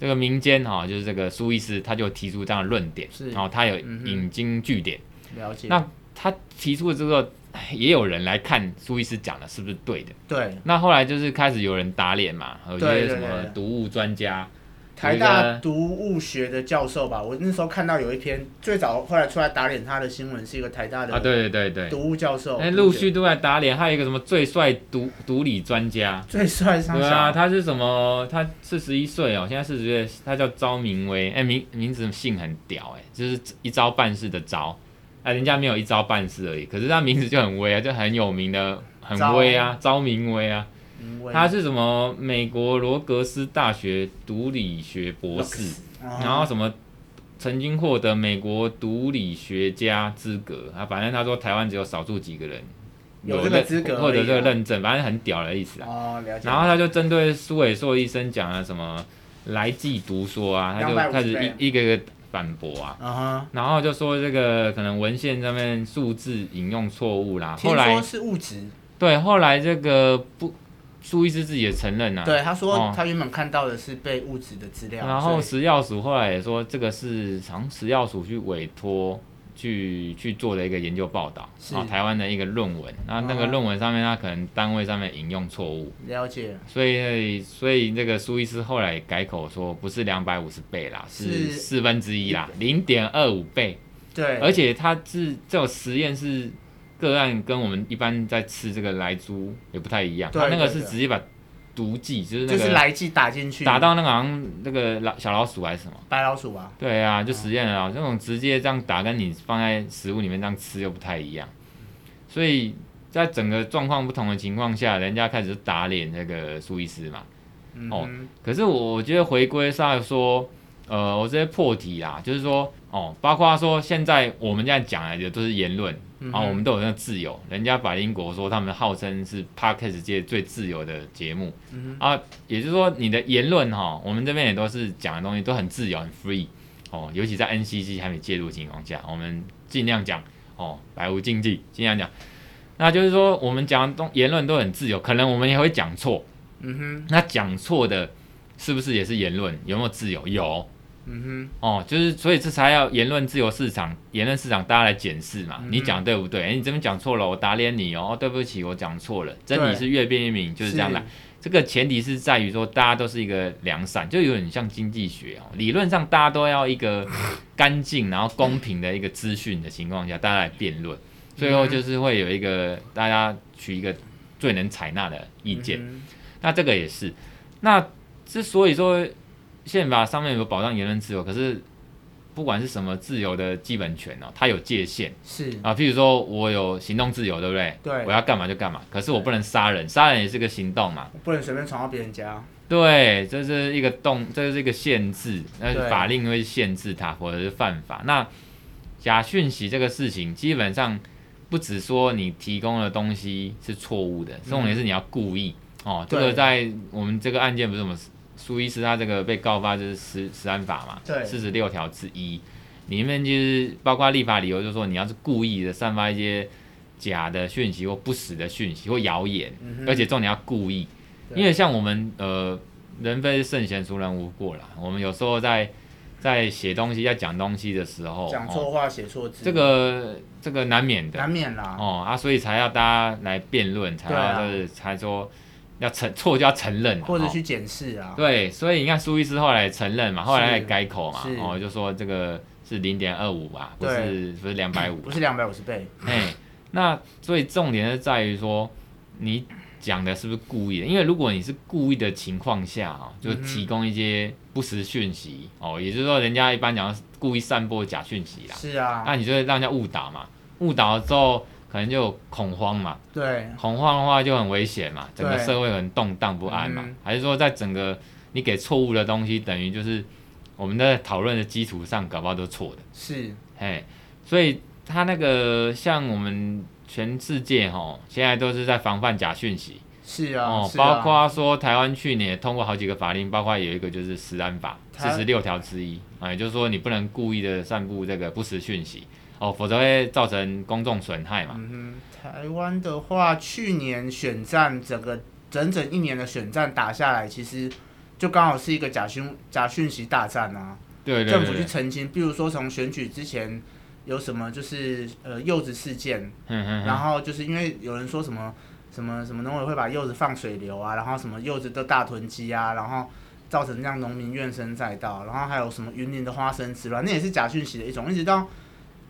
[SPEAKER 2] 这个民间哈、哦，就是这个苏医师他就提出这样的论点，
[SPEAKER 1] 是
[SPEAKER 2] 然后他有
[SPEAKER 1] 嗯哼
[SPEAKER 2] 引经据典，
[SPEAKER 1] 了解，
[SPEAKER 2] 那他提出了之后，哎也有人来看苏医师讲的是不是对的。
[SPEAKER 1] 对
[SPEAKER 2] 那后来就是开始有人打脸嘛，哦有一些
[SPEAKER 1] 对对
[SPEAKER 2] 什么
[SPEAKER 1] 对对
[SPEAKER 2] 毒物专家，
[SPEAKER 1] 台大读物学的教授吧，我那时候看到有一篇最早后来出来打脸他的新闻，是一个台大
[SPEAKER 2] 啊，
[SPEAKER 1] 的
[SPEAKER 2] 对对对对，
[SPEAKER 1] 读物教授，
[SPEAKER 2] 哎，陆续都在打脸，还有一个什么最帅毒毒理专家，
[SPEAKER 1] 最帅上
[SPEAKER 2] 对啊，
[SPEAKER 1] 校，
[SPEAKER 2] 他是什么？他四十一岁哦，现在四十岁，他叫招明威，哎、名名字姓很屌哎、就是一招半式的招，哎、人家没有一招半式而已，可是他名字就很威啊，就很有名的，很威啊，招明威啊，
[SPEAKER 1] 因为
[SPEAKER 2] 他是什么美国罗格斯大学毒理学博士，然后
[SPEAKER 1] 哦
[SPEAKER 2] 什么曾经获得美国毒理学家资格啊，反正他说台湾只有少数几个人
[SPEAKER 1] 有这个
[SPEAKER 2] 认
[SPEAKER 1] 资格
[SPEAKER 2] 或者这个
[SPEAKER 1] 而已啊
[SPEAKER 2] 认证，反正很屌的意思啊。
[SPEAKER 1] 哦了解，
[SPEAKER 2] 然后他就针对苏伟硕医生讲了什么来记毒说啊，他就
[SPEAKER 1] 250
[SPEAKER 2] 开始
[SPEAKER 1] 倍
[SPEAKER 2] 一一个一个反驳啊，
[SPEAKER 1] 啊
[SPEAKER 2] 然后就说这个可能文献上面数字引用错误
[SPEAKER 1] 哈，。
[SPEAKER 2] 啦
[SPEAKER 1] 听
[SPEAKER 2] 后来
[SPEAKER 1] 说是物质，
[SPEAKER 2] 对，后来这个不苏医师自己也承认啊。
[SPEAKER 1] 对他
[SPEAKER 2] 哦
[SPEAKER 1] 说他原本看到的是被物质的资料，
[SPEAKER 2] 然后
[SPEAKER 1] 所
[SPEAKER 2] 食药署后来也说这个是好像食药署去委托去去做的一个研究报道，
[SPEAKER 1] 是
[SPEAKER 2] 然后台湾的一个论文，那那个
[SPEAKER 1] 哦
[SPEAKER 2] 论文上面它可能单位上面引用错误。
[SPEAKER 1] 以了解
[SPEAKER 2] 所以，所以那个苏伊斯后来改口说，不是两百五十倍啦，是
[SPEAKER 1] 是
[SPEAKER 2] 四分之一啦，零点二五倍。
[SPEAKER 1] 对，
[SPEAKER 2] 而且它是这种实验是个案，跟我们一般在吃这个莱猪也不太一样。
[SPEAKER 1] 对
[SPEAKER 2] 它那个
[SPEAKER 1] 对
[SPEAKER 2] 是
[SPEAKER 1] 对
[SPEAKER 2] 直接把毒剂，就是那
[SPEAKER 1] 就是
[SPEAKER 2] 个
[SPEAKER 1] 来剂打进去，
[SPEAKER 2] 打到那个好像那个老小老鼠还是什么。
[SPEAKER 1] 白老鼠啊，
[SPEAKER 2] 对啊，就实验了啊，这种直接这样打，跟你放在食物里面这样吃又不太一样，所以在整个状况不同的情况下，人家开始打脸那个苏医师嘛。
[SPEAKER 1] 嗯
[SPEAKER 2] 哦
[SPEAKER 1] 哼
[SPEAKER 2] 可是我我觉得回归上来说，呃，我这些破题啦，就是说，哦，包括说现在我们现在讲来的都是言论，
[SPEAKER 1] 嗯
[SPEAKER 2] 啊、
[SPEAKER 1] 哼
[SPEAKER 2] 我们都有那个自由。人家把英国说他们号称是 podcast 界最自由的节目，
[SPEAKER 1] 嗯
[SPEAKER 2] 啊，也就是说你的言论哈、我们这边也都是讲的东西都很自由，很 free，哦，尤其在 NCC 还没介入的情况下，我们尽量讲，哦，百无禁忌，尽量讲。那就是说我们讲的东言论都很自由，可能我们也会讲错。
[SPEAKER 1] 嗯哼，
[SPEAKER 2] 那讲错的，是不是也是言论？有没有自由？有
[SPEAKER 1] 嗯
[SPEAKER 2] 哦，就是所以这才要言论自由市场，言论市场大家来检视嘛，
[SPEAKER 1] 嗯
[SPEAKER 2] 你讲对不对？哎、你这边讲错了，我打脸你哦哦，对不起，我讲错了。真
[SPEAKER 1] 对
[SPEAKER 2] 理是越辩越明，
[SPEAKER 1] 哼，
[SPEAKER 2] 就是这样来。这个前提是在于说，大家都是一个良善，就有点像经济学哦。理论上，大家都要一个干净然后公平的一个资讯的情况下，大家来辩论，最
[SPEAKER 1] 嗯
[SPEAKER 2] 后就是会有一个大家取一个最能采纳的意见。
[SPEAKER 1] 嗯
[SPEAKER 2] 那这个也是。那之所以说宪法上面有保障言论自由，可是不管是什么自由的基本权哦，它有界限
[SPEAKER 1] 哼是，
[SPEAKER 2] 啊。譬如说我有行动自由，对不对？
[SPEAKER 1] 嗯对
[SPEAKER 2] 我要干嘛就干嘛，可是我不能杀人，杀人也是个行动嘛。
[SPEAKER 1] 不能随便闯到别人家。
[SPEAKER 2] 对，这是一个动，这是一个限制，那
[SPEAKER 1] 对
[SPEAKER 2] 法令会限制它，或者是犯法。那假讯息这个事情，基本上不只说你提供的东西是错误的，重点是你要故意、哦。这
[SPEAKER 1] 嗯对
[SPEAKER 2] 个在我们这个案件不是我们苏伊斯他这个被告发就是十十安法嘛，
[SPEAKER 1] 对
[SPEAKER 2] 四十六条之一里面就是包括立法理由，就是说你要是故意的散发一些假的讯息或不实的讯息或谣言，
[SPEAKER 1] 嗯哼，
[SPEAKER 2] 而且重点要故意，
[SPEAKER 1] 对
[SPEAKER 2] 因为像我们呃，人非圣贤，孰人无过啦。我们有时候在在写东西、在讲东西的时候，
[SPEAKER 1] 讲
[SPEAKER 2] 哦、
[SPEAKER 1] 错话、写错字，
[SPEAKER 2] 这个这个难免的
[SPEAKER 1] 难免啦。
[SPEAKER 2] 哦啊，所以才要大家来辩论，才
[SPEAKER 1] 对啊
[SPEAKER 2] 要就是、才说要承错就要承认，
[SPEAKER 1] 或者
[SPEAKER 2] 哦
[SPEAKER 1] 去检视啊。
[SPEAKER 2] 对，所以你看苏伊斯后来承认嘛，后来他也
[SPEAKER 1] 是
[SPEAKER 2] 改口嘛
[SPEAKER 1] 是，
[SPEAKER 2] 哦就说这个是零点二五吧，不
[SPEAKER 1] 对
[SPEAKER 2] 是不是两百五，
[SPEAKER 1] 不是两百五十倍，
[SPEAKER 2] 哎，那所以重点是在于说，你讲的是不是故意的？因为如果你是故意的情况下啊、就
[SPEAKER 1] 嗯哼
[SPEAKER 2] 提供一些不实讯息哦，也就是说，人家一般讲是故意散播假讯息啦，
[SPEAKER 1] 是啊，
[SPEAKER 2] 那你就会让人家误导嘛，误导了之后可能就有恐慌嘛，
[SPEAKER 1] 对，
[SPEAKER 2] 恐慌的话就很危险嘛，整个
[SPEAKER 1] 对
[SPEAKER 2] 社会很动荡不安嘛，
[SPEAKER 1] 嗯
[SPEAKER 2] 还是说在整个你给错误的东西，等于就是我们在讨论的基础上，搞不好都错的。
[SPEAKER 1] 是，
[SPEAKER 2] 哎，所以他那个像我们全世界哈，现在都是在防范假讯息、
[SPEAKER 1] 是啊，
[SPEAKER 2] 哦，
[SPEAKER 1] 是啊
[SPEAKER 2] 包括说台湾去年也通过好几个法令，包括有一个就是《食安法》
[SPEAKER 1] 台
[SPEAKER 2] 四十六条之一啊，也就是说你不能故意的散布这个不实讯息哦，否则会造成公众损害嘛。
[SPEAKER 1] 嗯哼，台湾的话，去年选战整个整整一年的选战打下来，其实就刚好是一个假讯假讯息大战啊。
[SPEAKER 2] 对对
[SPEAKER 1] 政府去
[SPEAKER 2] 对，
[SPEAKER 1] 澄清，比如说从选举之前有什么就是呃柚子事件，
[SPEAKER 2] 嗯嗯
[SPEAKER 1] 然后就是因为有人说什么什么什么农委会把柚子放水流啊，然后什么柚子都大囤积啊，然后造成让农民怨声载道，然后还有什么云林的花生之乱，那也是假讯息的一种，一直到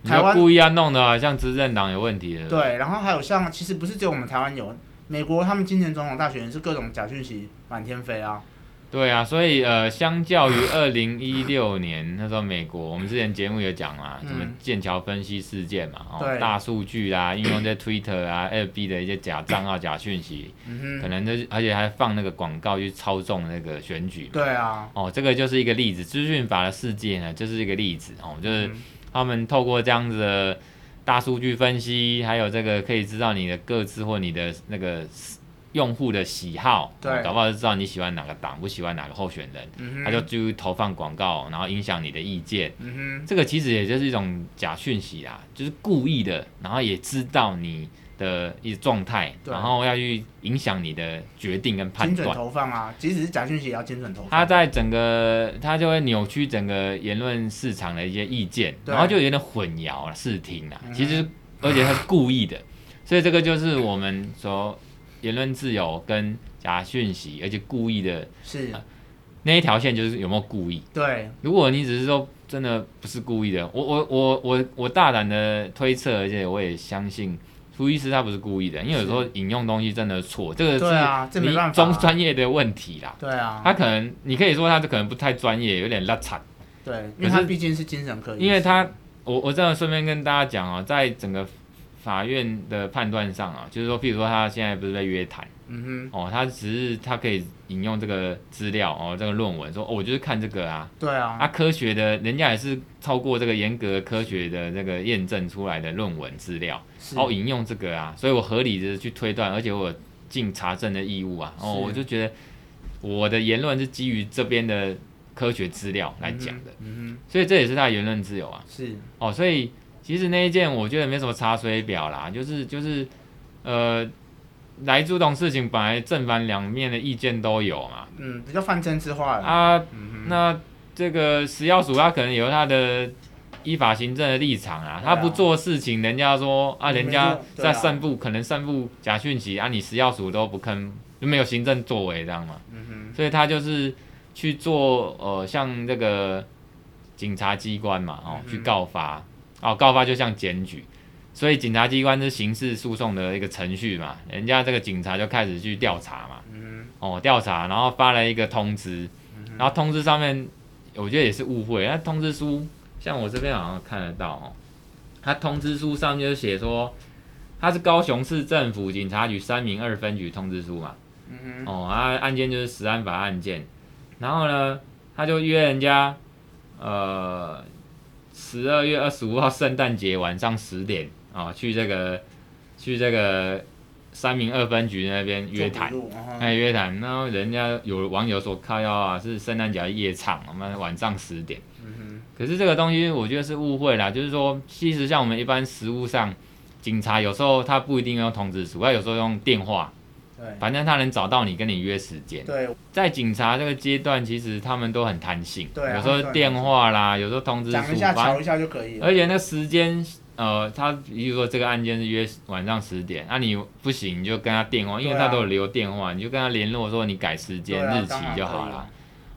[SPEAKER 2] 你
[SPEAKER 1] 台湾
[SPEAKER 2] 就故意要弄的啊，像执政党有问题的。
[SPEAKER 1] 对，然后还有像，其实不是只有我们台湾有，美国他们今年总统大选也是各种假讯息满天飞啊。
[SPEAKER 2] 对啊，所以呃，相较于二零一六年那时候美国，我们之前节目有讲嘛，
[SPEAKER 1] 嗯
[SPEAKER 2] 什么剑桥分析事件嘛，哦
[SPEAKER 1] 对，
[SPEAKER 2] 大数据啊，运用在 Twitter 啊、FB 的一些假账号、假讯息，
[SPEAKER 1] 嗯
[SPEAKER 2] 可能就是而且还放那个广告去操纵那个选举
[SPEAKER 1] 哼，
[SPEAKER 2] 嘛。
[SPEAKER 1] 对啊，
[SPEAKER 2] 哦，这个就是一个例子，资讯法的世界呢，就是一个例子哦，就是
[SPEAKER 1] 嗯
[SPEAKER 2] 他们透过这样子的大数据分析，还有这个可以知道你的各自或你的那个用户的喜好，
[SPEAKER 1] 对
[SPEAKER 2] 哦搞不好就知道你喜欢哪个党，不喜欢哪个候选人，
[SPEAKER 1] 嗯哼，
[SPEAKER 2] 他就去投放广告，然后影响你的意见。
[SPEAKER 1] 嗯
[SPEAKER 2] 这个其实也就是一种假讯息啊，就是故意的，然后也知道你的一状态，
[SPEAKER 1] 对
[SPEAKER 2] 然后要去影响你的决定跟
[SPEAKER 1] 哼，
[SPEAKER 2] 判
[SPEAKER 1] 精准
[SPEAKER 2] 断。
[SPEAKER 1] 投放啊，即使是假讯息也要精准投
[SPEAKER 2] 它
[SPEAKER 1] 放。
[SPEAKER 2] 在整个，它就会扭曲整个言论市场的一些意见，
[SPEAKER 1] 对
[SPEAKER 2] 然后就有点混淆了视听啊。
[SPEAKER 1] 嗯
[SPEAKER 2] 其实，而且它是
[SPEAKER 1] [LAUGHS]
[SPEAKER 2] 故意的，所以这个就是我们说言论自由跟假讯息，而且故意的
[SPEAKER 1] 是，
[SPEAKER 2] 那一条线就是有没有故意。
[SPEAKER 1] 对，
[SPEAKER 2] 如果你只是说真的不是故意的，我我我我我大胆的推测，而且我也相信苏医师他不是故意的，因为有时候引用东西真的错，这个
[SPEAKER 1] 对啊，这
[SPEAKER 2] 是
[SPEAKER 1] 没
[SPEAKER 2] 你
[SPEAKER 1] 办法
[SPEAKER 2] 中
[SPEAKER 1] 啊。
[SPEAKER 2] 专业的问题啦。
[SPEAKER 1] 对啊，
[SPEAKER 2] 他可能你可以说他这可能不太专业，有点拉惨，
[SPEAKER 1] 对，因为
[SPEAKER 2] 可
[SPEAKER 1] 他
[SPEAKER 2] 是
[SPEAKER 1] 毕竟是精神科医生，
[SPEAKER 2] 因为他我我这样顺便跟大家讲哦，在整个法院的判断上啊，就是说，譬如说他现在不是被约谈
[SPEAKER 1] 嗯
[SPEAKER 2] 哦，他只是他可以引用这个资料哦，这个论文说哦，我就是看这个啊，
[SPEAKER 1] 哼，对啊，
[SPEAKER 2] 啊，科学的，人家也是透过这个严格科学的这个验证出来的论文资料，
[SPEAKER 1] 是，
[SPEAKER 2] 哦，引用这个啊，所以我合理的去推断，而且我有尽查证的义务啊，哦，
[SPEAKER 1] 是
[SPEAKER 2] 我就觉得我的言论是基于这边的科学资料来讲的，
[SPEAKER 1] 嗯
[SPEAKER 2] 所以这也是他的言论自由啊
[SPEAKER 1] 哼，，是，
[SPEAKER 2] 哦，所以其实那一件我觉得没什么查水表啦，就是就是呃，来猪笼事情本来正反两面的意见都有嘛，
[SPEAKER 1] 嗯，比较泛政治化了。
[SPEAKER 2] 啊，
[SPEAKER 1] 嗯
[SPEAKER 2] 那这个食药署它可能有它的依法行政的立场啊，
[SPEAKER 1] 对啊
[SPEAKER 2] 它不做事情，人家说啊，
[SPEAKER 1] 你没
[SPEAKER 2] 人家
[SPEAKER 1] 做对啊
[SPEAKER 2] 在散布、可能散布假讯息啊，你食药署都不吭，就没有行政作为这样嘛，
[SPEAKER 1] 嗯哼，
[SPEAKER 2] 所以他就是去做呃像这个警察机关嘛，哦，
[SPEAKER 1] 嗯哼
[SPEAKER 2] 去告发，哦，告发就像检举。所以警察机关是刑事诉讼的一个程序嘛，人家这个警察就开始去调查嘛，
[SPEAKER 1] 嗯
[SPEAKER 2] 哦调查，然后发了一个通知，然后通知上面我觉得也是误会，那通知书像我这边好像看得到哦，他通知书上面就写说他是高雄市政府警察局三明二分局通知书嘛，
[SPEAKER 1] 哼，嗯
[SPEAKER 2] 哦啊案件就是食安法案件，然后呢他就约人家呃十二月二十五号圣诞节晚上十点啊、哦去这个去这个三明二分局那边
[SPEAKER 1] 哼，
[SPEAKER 2] 约谈。
[SPEAKER 1] 做笔录，嗯哼
[SPEAKER 2] 哎，约谈，然后人家有网友说靠腰啊，是圣诞节夜场，我们晚上十点。
[SPEAKER 1] 嗯
[SPEAKER 2] 可是这个东西我觉得是误会啦，就是说，其实像我们一般实务上，警察有时候他不一定用通知书，他有时候用电话，
[SPEAKER 1] 哼，
[SPEAKER 2] 反正他能找到你，跟你约时间
[SPEAKER 1] 对。对，
[SPEAKER 2] 在警察这个阶段，其实他们都很弹性，
[SPEAKER 1] 对啊
[SPEAKER 2] 有时候电话啦，有时候通知书，
[SPEAKER 1] 讲一下
[SPEAKER 2] 反正
[SPEAKER 1] 瞧一下就可以了。
[SPEAKER 2] 而且那时间，呃，他比如说这个案件是约晚上十点，那、你不行你就跟他电话，因为
[SPEAKER 1] 对啊
[SPEAKER 2] 他都有留电话，你就跟他联络说你改时间、
[SPEAKER 1] 对啊
[SPEAKER 2] 日期
[SPEAKER 1] 当然
[SPEAKER 2] 就好
[SPEAKER 1] 可以
[SPEAKER 2] 了
[SPEAKER 1] 啊。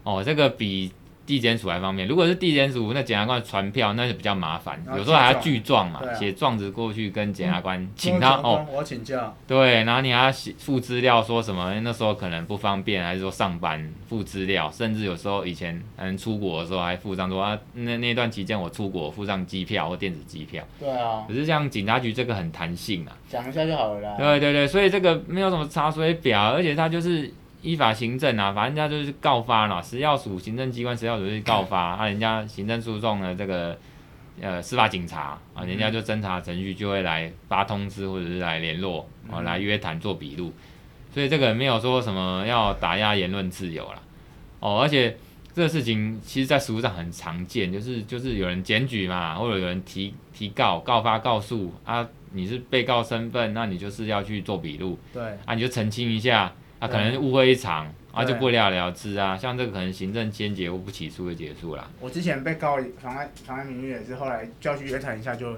[SPEAKER 2] 哦，这个比地检署还方便。如果是地检署，那检察官传票那就比较麻烦，
[SPEAKER 1] 然后
[SPEAKER 2] 有时候还要
[SPEAKER 1] 具
[SPEAKER 2] 具状嘛，
[SPEAKER 1] 啊对啊嗯
[SPEAKER 2] 写状子过去跟检察官请
[SPEAKER 1] 多
[SPEAKER 2] 他
[SPEAKER 1] 久
[SPEAKER 2] 哦，
[SPEAKER 1] 工，我请假。
[SPEAKER 2] 对，然后你还要写附资料，说什么那时候可能不方便，还是说上班附资料，甚至有时候以前嗯出国的时候还附上说啊那那段期间我出国附上机票或电子机票，
[SPEAKER 1] 对啊，
[SPEAKER 2] 可是像警察局这个很弹性啊，
[SPEAKER 1] 讲一下就好了啦。
[SPEAKER 2] 对对对，所以这个没有什么查水表，而且他就是依法行政啊，反正他就是告发了，食药署行政机关食药署就是告发，啊人家行政诉讼的这个呃司法警察
[SPEAKER 1] 嗯
[SPEAKER 2] 啊，人家就侦查程序就会来发通知或者是来联络啊，
[SPEAKER 1] 嗯
[SPEAKER 2] 来约谈做笔录，所以这个没有说什么要打压言论自由啦，哦，而且。这个事情其实，在实务上很常见，就是就是有人检举嘛，或者有人提提告、告发、告诉啊，你是被告身份，那你就是要去做笔录
[SPEAKER 1] 对，
[SPEAKER 2] 啊，你就澄清一下啊，
[SPEAKER 1] 对
[SPEAKER 2] 可能误会一场啊，
[SPEAKER 1] 对
[SPEAKER 2] 就不了了之啊。像这个可能行政先结或不起诉就结束啦。
[SPEAKER 1] 我之前被告妨碍妨碍名誉也是，后来叫去约谈一下就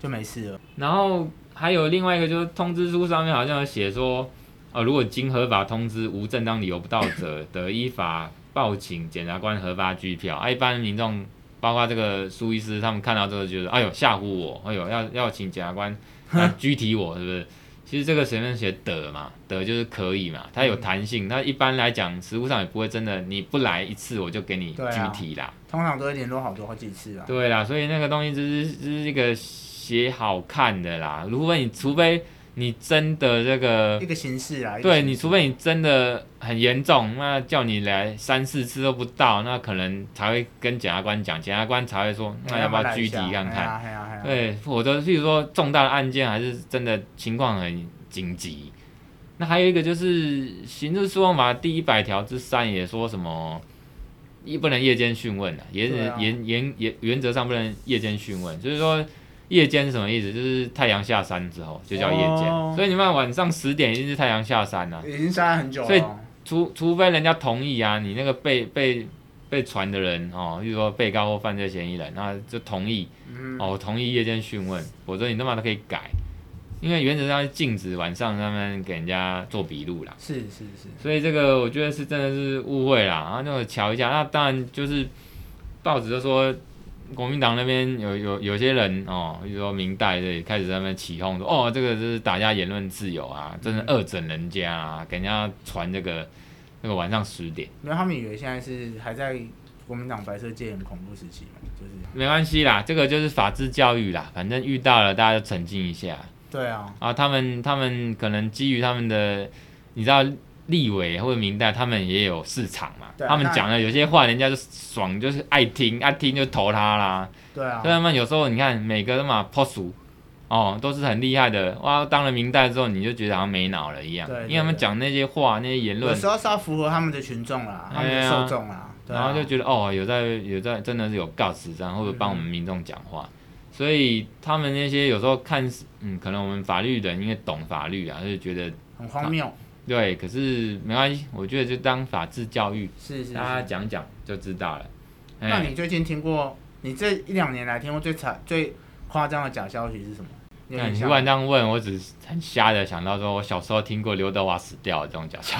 [SPEAKER 1] 就没事了。
[SPEAKER 2] 然后还有另外一个就是通知书上面好像有写说，呃，如果经合法通知无正当理由不到者，得依法报请检察官核发拘票。啊，一般民众包括这个苏医师他们看到这个就是，哎呦吓唬我，哎呦要要请检察官来拘提我，是不是？其实这个前面写得嘛，得就是可以嘛，它有弹性。它一般来讲，实务上也不会真的你不来一次我就给你
[SPEAKER 1] 对
[SPEAKER 2] 拘
[SPEAKER 1] 啊
[SPEAKER 2] 提啦。
[SPEAKER 1] 通常都会联络好多好几次啊。
[SPEAKER 2] 对啦，所以那个东西只是只是一个写好看的啦。如果你除非你真的这个
[SPEAKER 1] 一，个形式啊。一个
[SPEAKER 2] 对
[SPEAKER 1] 形
[SPEAKER 2] 你
[SPEAKER 1] 式
[SPEAKER 2] 除非你真的很严重，那叫你来三四次都不到，那可能才会跟检察官讲，检察官才会说那哎要不要拘提看
[SPEAKER 1] 哎
[SPEAKER 2] 看。
[SPEAKER 1] 呀哎呀哎呀
[SPEAKER 2] 对，否则譬如说重大的案件还是真的情况很紧急。那还有一个就是《刑事诉讼法》第一百条之三也说什么，一不能夜间讯问啊，原
[SPEAKER 1] 对啊
[SPEAKER 2] 原原原原则上不能夜间讯问，就是说夜间是什么意思？就是太阳下山之后就叫夜间，
[SPEAKER 1] 哦
[SPEAKER 2] 所以你们晚上十点一定是太阳下山啊，
[SPEAKER 1] 已经杀了很久
[SPEAKER 2] 所以
[SPEAKER 1] 了。
[SPEAKER 2] 除除非人家同意啊，你那个被被被传的人哦，例如说被告或犯罪嫌疑人，那就同意。
[SPEAKER 1] 嗯，
[SPEAKER 2] 哦，我同意夜间讯问，否则你他妈都可以改，因为原则上是禁止晚上他们给人家做笔录啦。
[SPEAKER 1] 是是是，
[SPEAKER 2] 所以这个我觉得是真的是误会啦，然后那个瞧一下，那当然就是报纸就说国民党那边有有有些人哦，比如说明代这里开始在那边起哄说，哦，这个就是打压言论自由啊，真的恶整人家啊，给人家传这个那个晚上十点。
[SPEAKER 1] 因为他们以为现在是还在国民党白色戒严恐怖时期嘛，就是
[SPEAKER 2] 没关系啦，这个就是法治教育啦，反正遇到了大家就澄清一下。
[SPEAKER 1] 对啊，
[SPEAKER 2] 啊，他们他们可能基于他们的，你知道立委或者明代，他们也有市场嘛，
[SPEAKER 1] 对啊
[SPEAKER 2] 他们讲的有些话人家就爽，就是爱听，爱听就投他啦。
[SPEAKER 1] 对啊
[SPEAKER 2] 所，以他们有时候你看每个嘛 p o s 哦，都是很厉害的哇。当了明代之后，你就觉得好像没脑了一样，
[SPEAKER 1] 对对
[SPEAKER 2] 因为他们
[SPEAKER 1] 对
[SPEAKER 2] 讲那些话、那些言
[SPEAKER 1] 有
[SPEAKER 2] 论，
[SPEAKER 1] 时候是要符合他们的群众啦，他们
[SPEAKER 2] 哎
[SPEAKER 1] 的
[SPEAKER 2] 呀
[SPEAKER 1] 受众啦，对啊嗯
[SPEAKER 2] 然后就觉得哦，有在有在，真的是有告知，然后会帮我们民众讲话。所以他们那些有时候看似，嗯，可能我们法律人因为懂法律啊，就觉得
[SPEAKER 1] 很荒谬，
[SPEAKER 2] 对，可是没关系，我觉得就当法治教育，
[SPEAKER 1] 是是是。
[SPEAKER 2] 大家讲讲就知道了。哎
[SPEAKER 1] 那你最近听过，你这一两年来听过最惨、最夸张的假消息是什么？你有
[SPEAKER 2] 那
[SPEAKER 1] 印
[SPEAKER 2] 你
[SPEAKER 1] 象
[SPEAKER 2] 突然这样问，我只是很瞎的想到说，我小时候听过刘德华死掉的这种假象。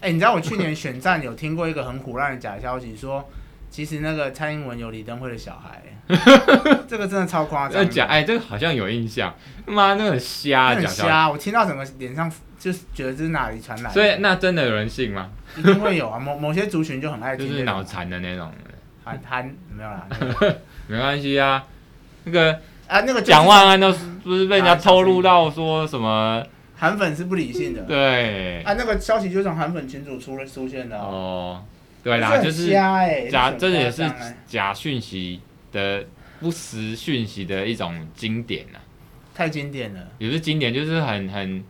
[SPEAKER 1] 哎、你知道我去年选战有听过一个很胡乱的假消息说，其实那个蔡英文有李登辉的小孩、
[SPEAKER 2] [LAUGHS]
[SPEAKER 1] 这个真的超夸张的。
[SPEAKER 2] 这假哎，这个好像有印象，妈那个很
[SPEAKER 1] 那
[SPEAKER 2] 瞎的
[SPEAKER 1] 很
[SPEAKER 2] 假象。
[SPEAKER 1] 瞎，我听到整个脸上就是觉得这是哪里传来的，
[SPEAKER 2] 所以那真的有人信吗？
[SPEAKER 1] 一定会有啊。某某些族群就很爱
[SPEAKER 2] 就
[SPEAKER 1] 听
[SPEAKER 2] 是
[SPEAKER 1] 这
[SPEAKER 2] 脑
[SPEAKER 1] 种
[SPEAKER 2] 残的那种，
[SPEAKER 1] 韩韩没有啦，那个
[SPEAKER 2] 没关系啊。那个
[SPEAKER 1] 啊那个就是
[SPEAKER 2] 蒋万安都不是被人家透露到说什么？
[SPEAKER 1] 韩粉是不理性的
[SPEAKER 2] 对，
[SPEAKER 1] 啊，那个消息就从韩粉群组出了出现的、哦。
[SPEAKER 2] 哦，对
[SPEAKER 1] 这
[SPEAKER 2] 啦，
[SPEAKER 1] 很
[SPEAKER 2] 就是
[SPEAKER 1] 瞎哎、
[SPEAKER 2] 假，
[SPEAKER 1] 很
[SPEAKER 2] 这也
[SPEAKER 1] 夸
[SPEAKER 2] 是
[SPEAKER 1] 张哎
[SPEAKER 2] 假讯息的不实讯息的一种经典啊，
[SPEAKER 1] 太经典了
[SPEAKER 2] 也不是经典，就是很很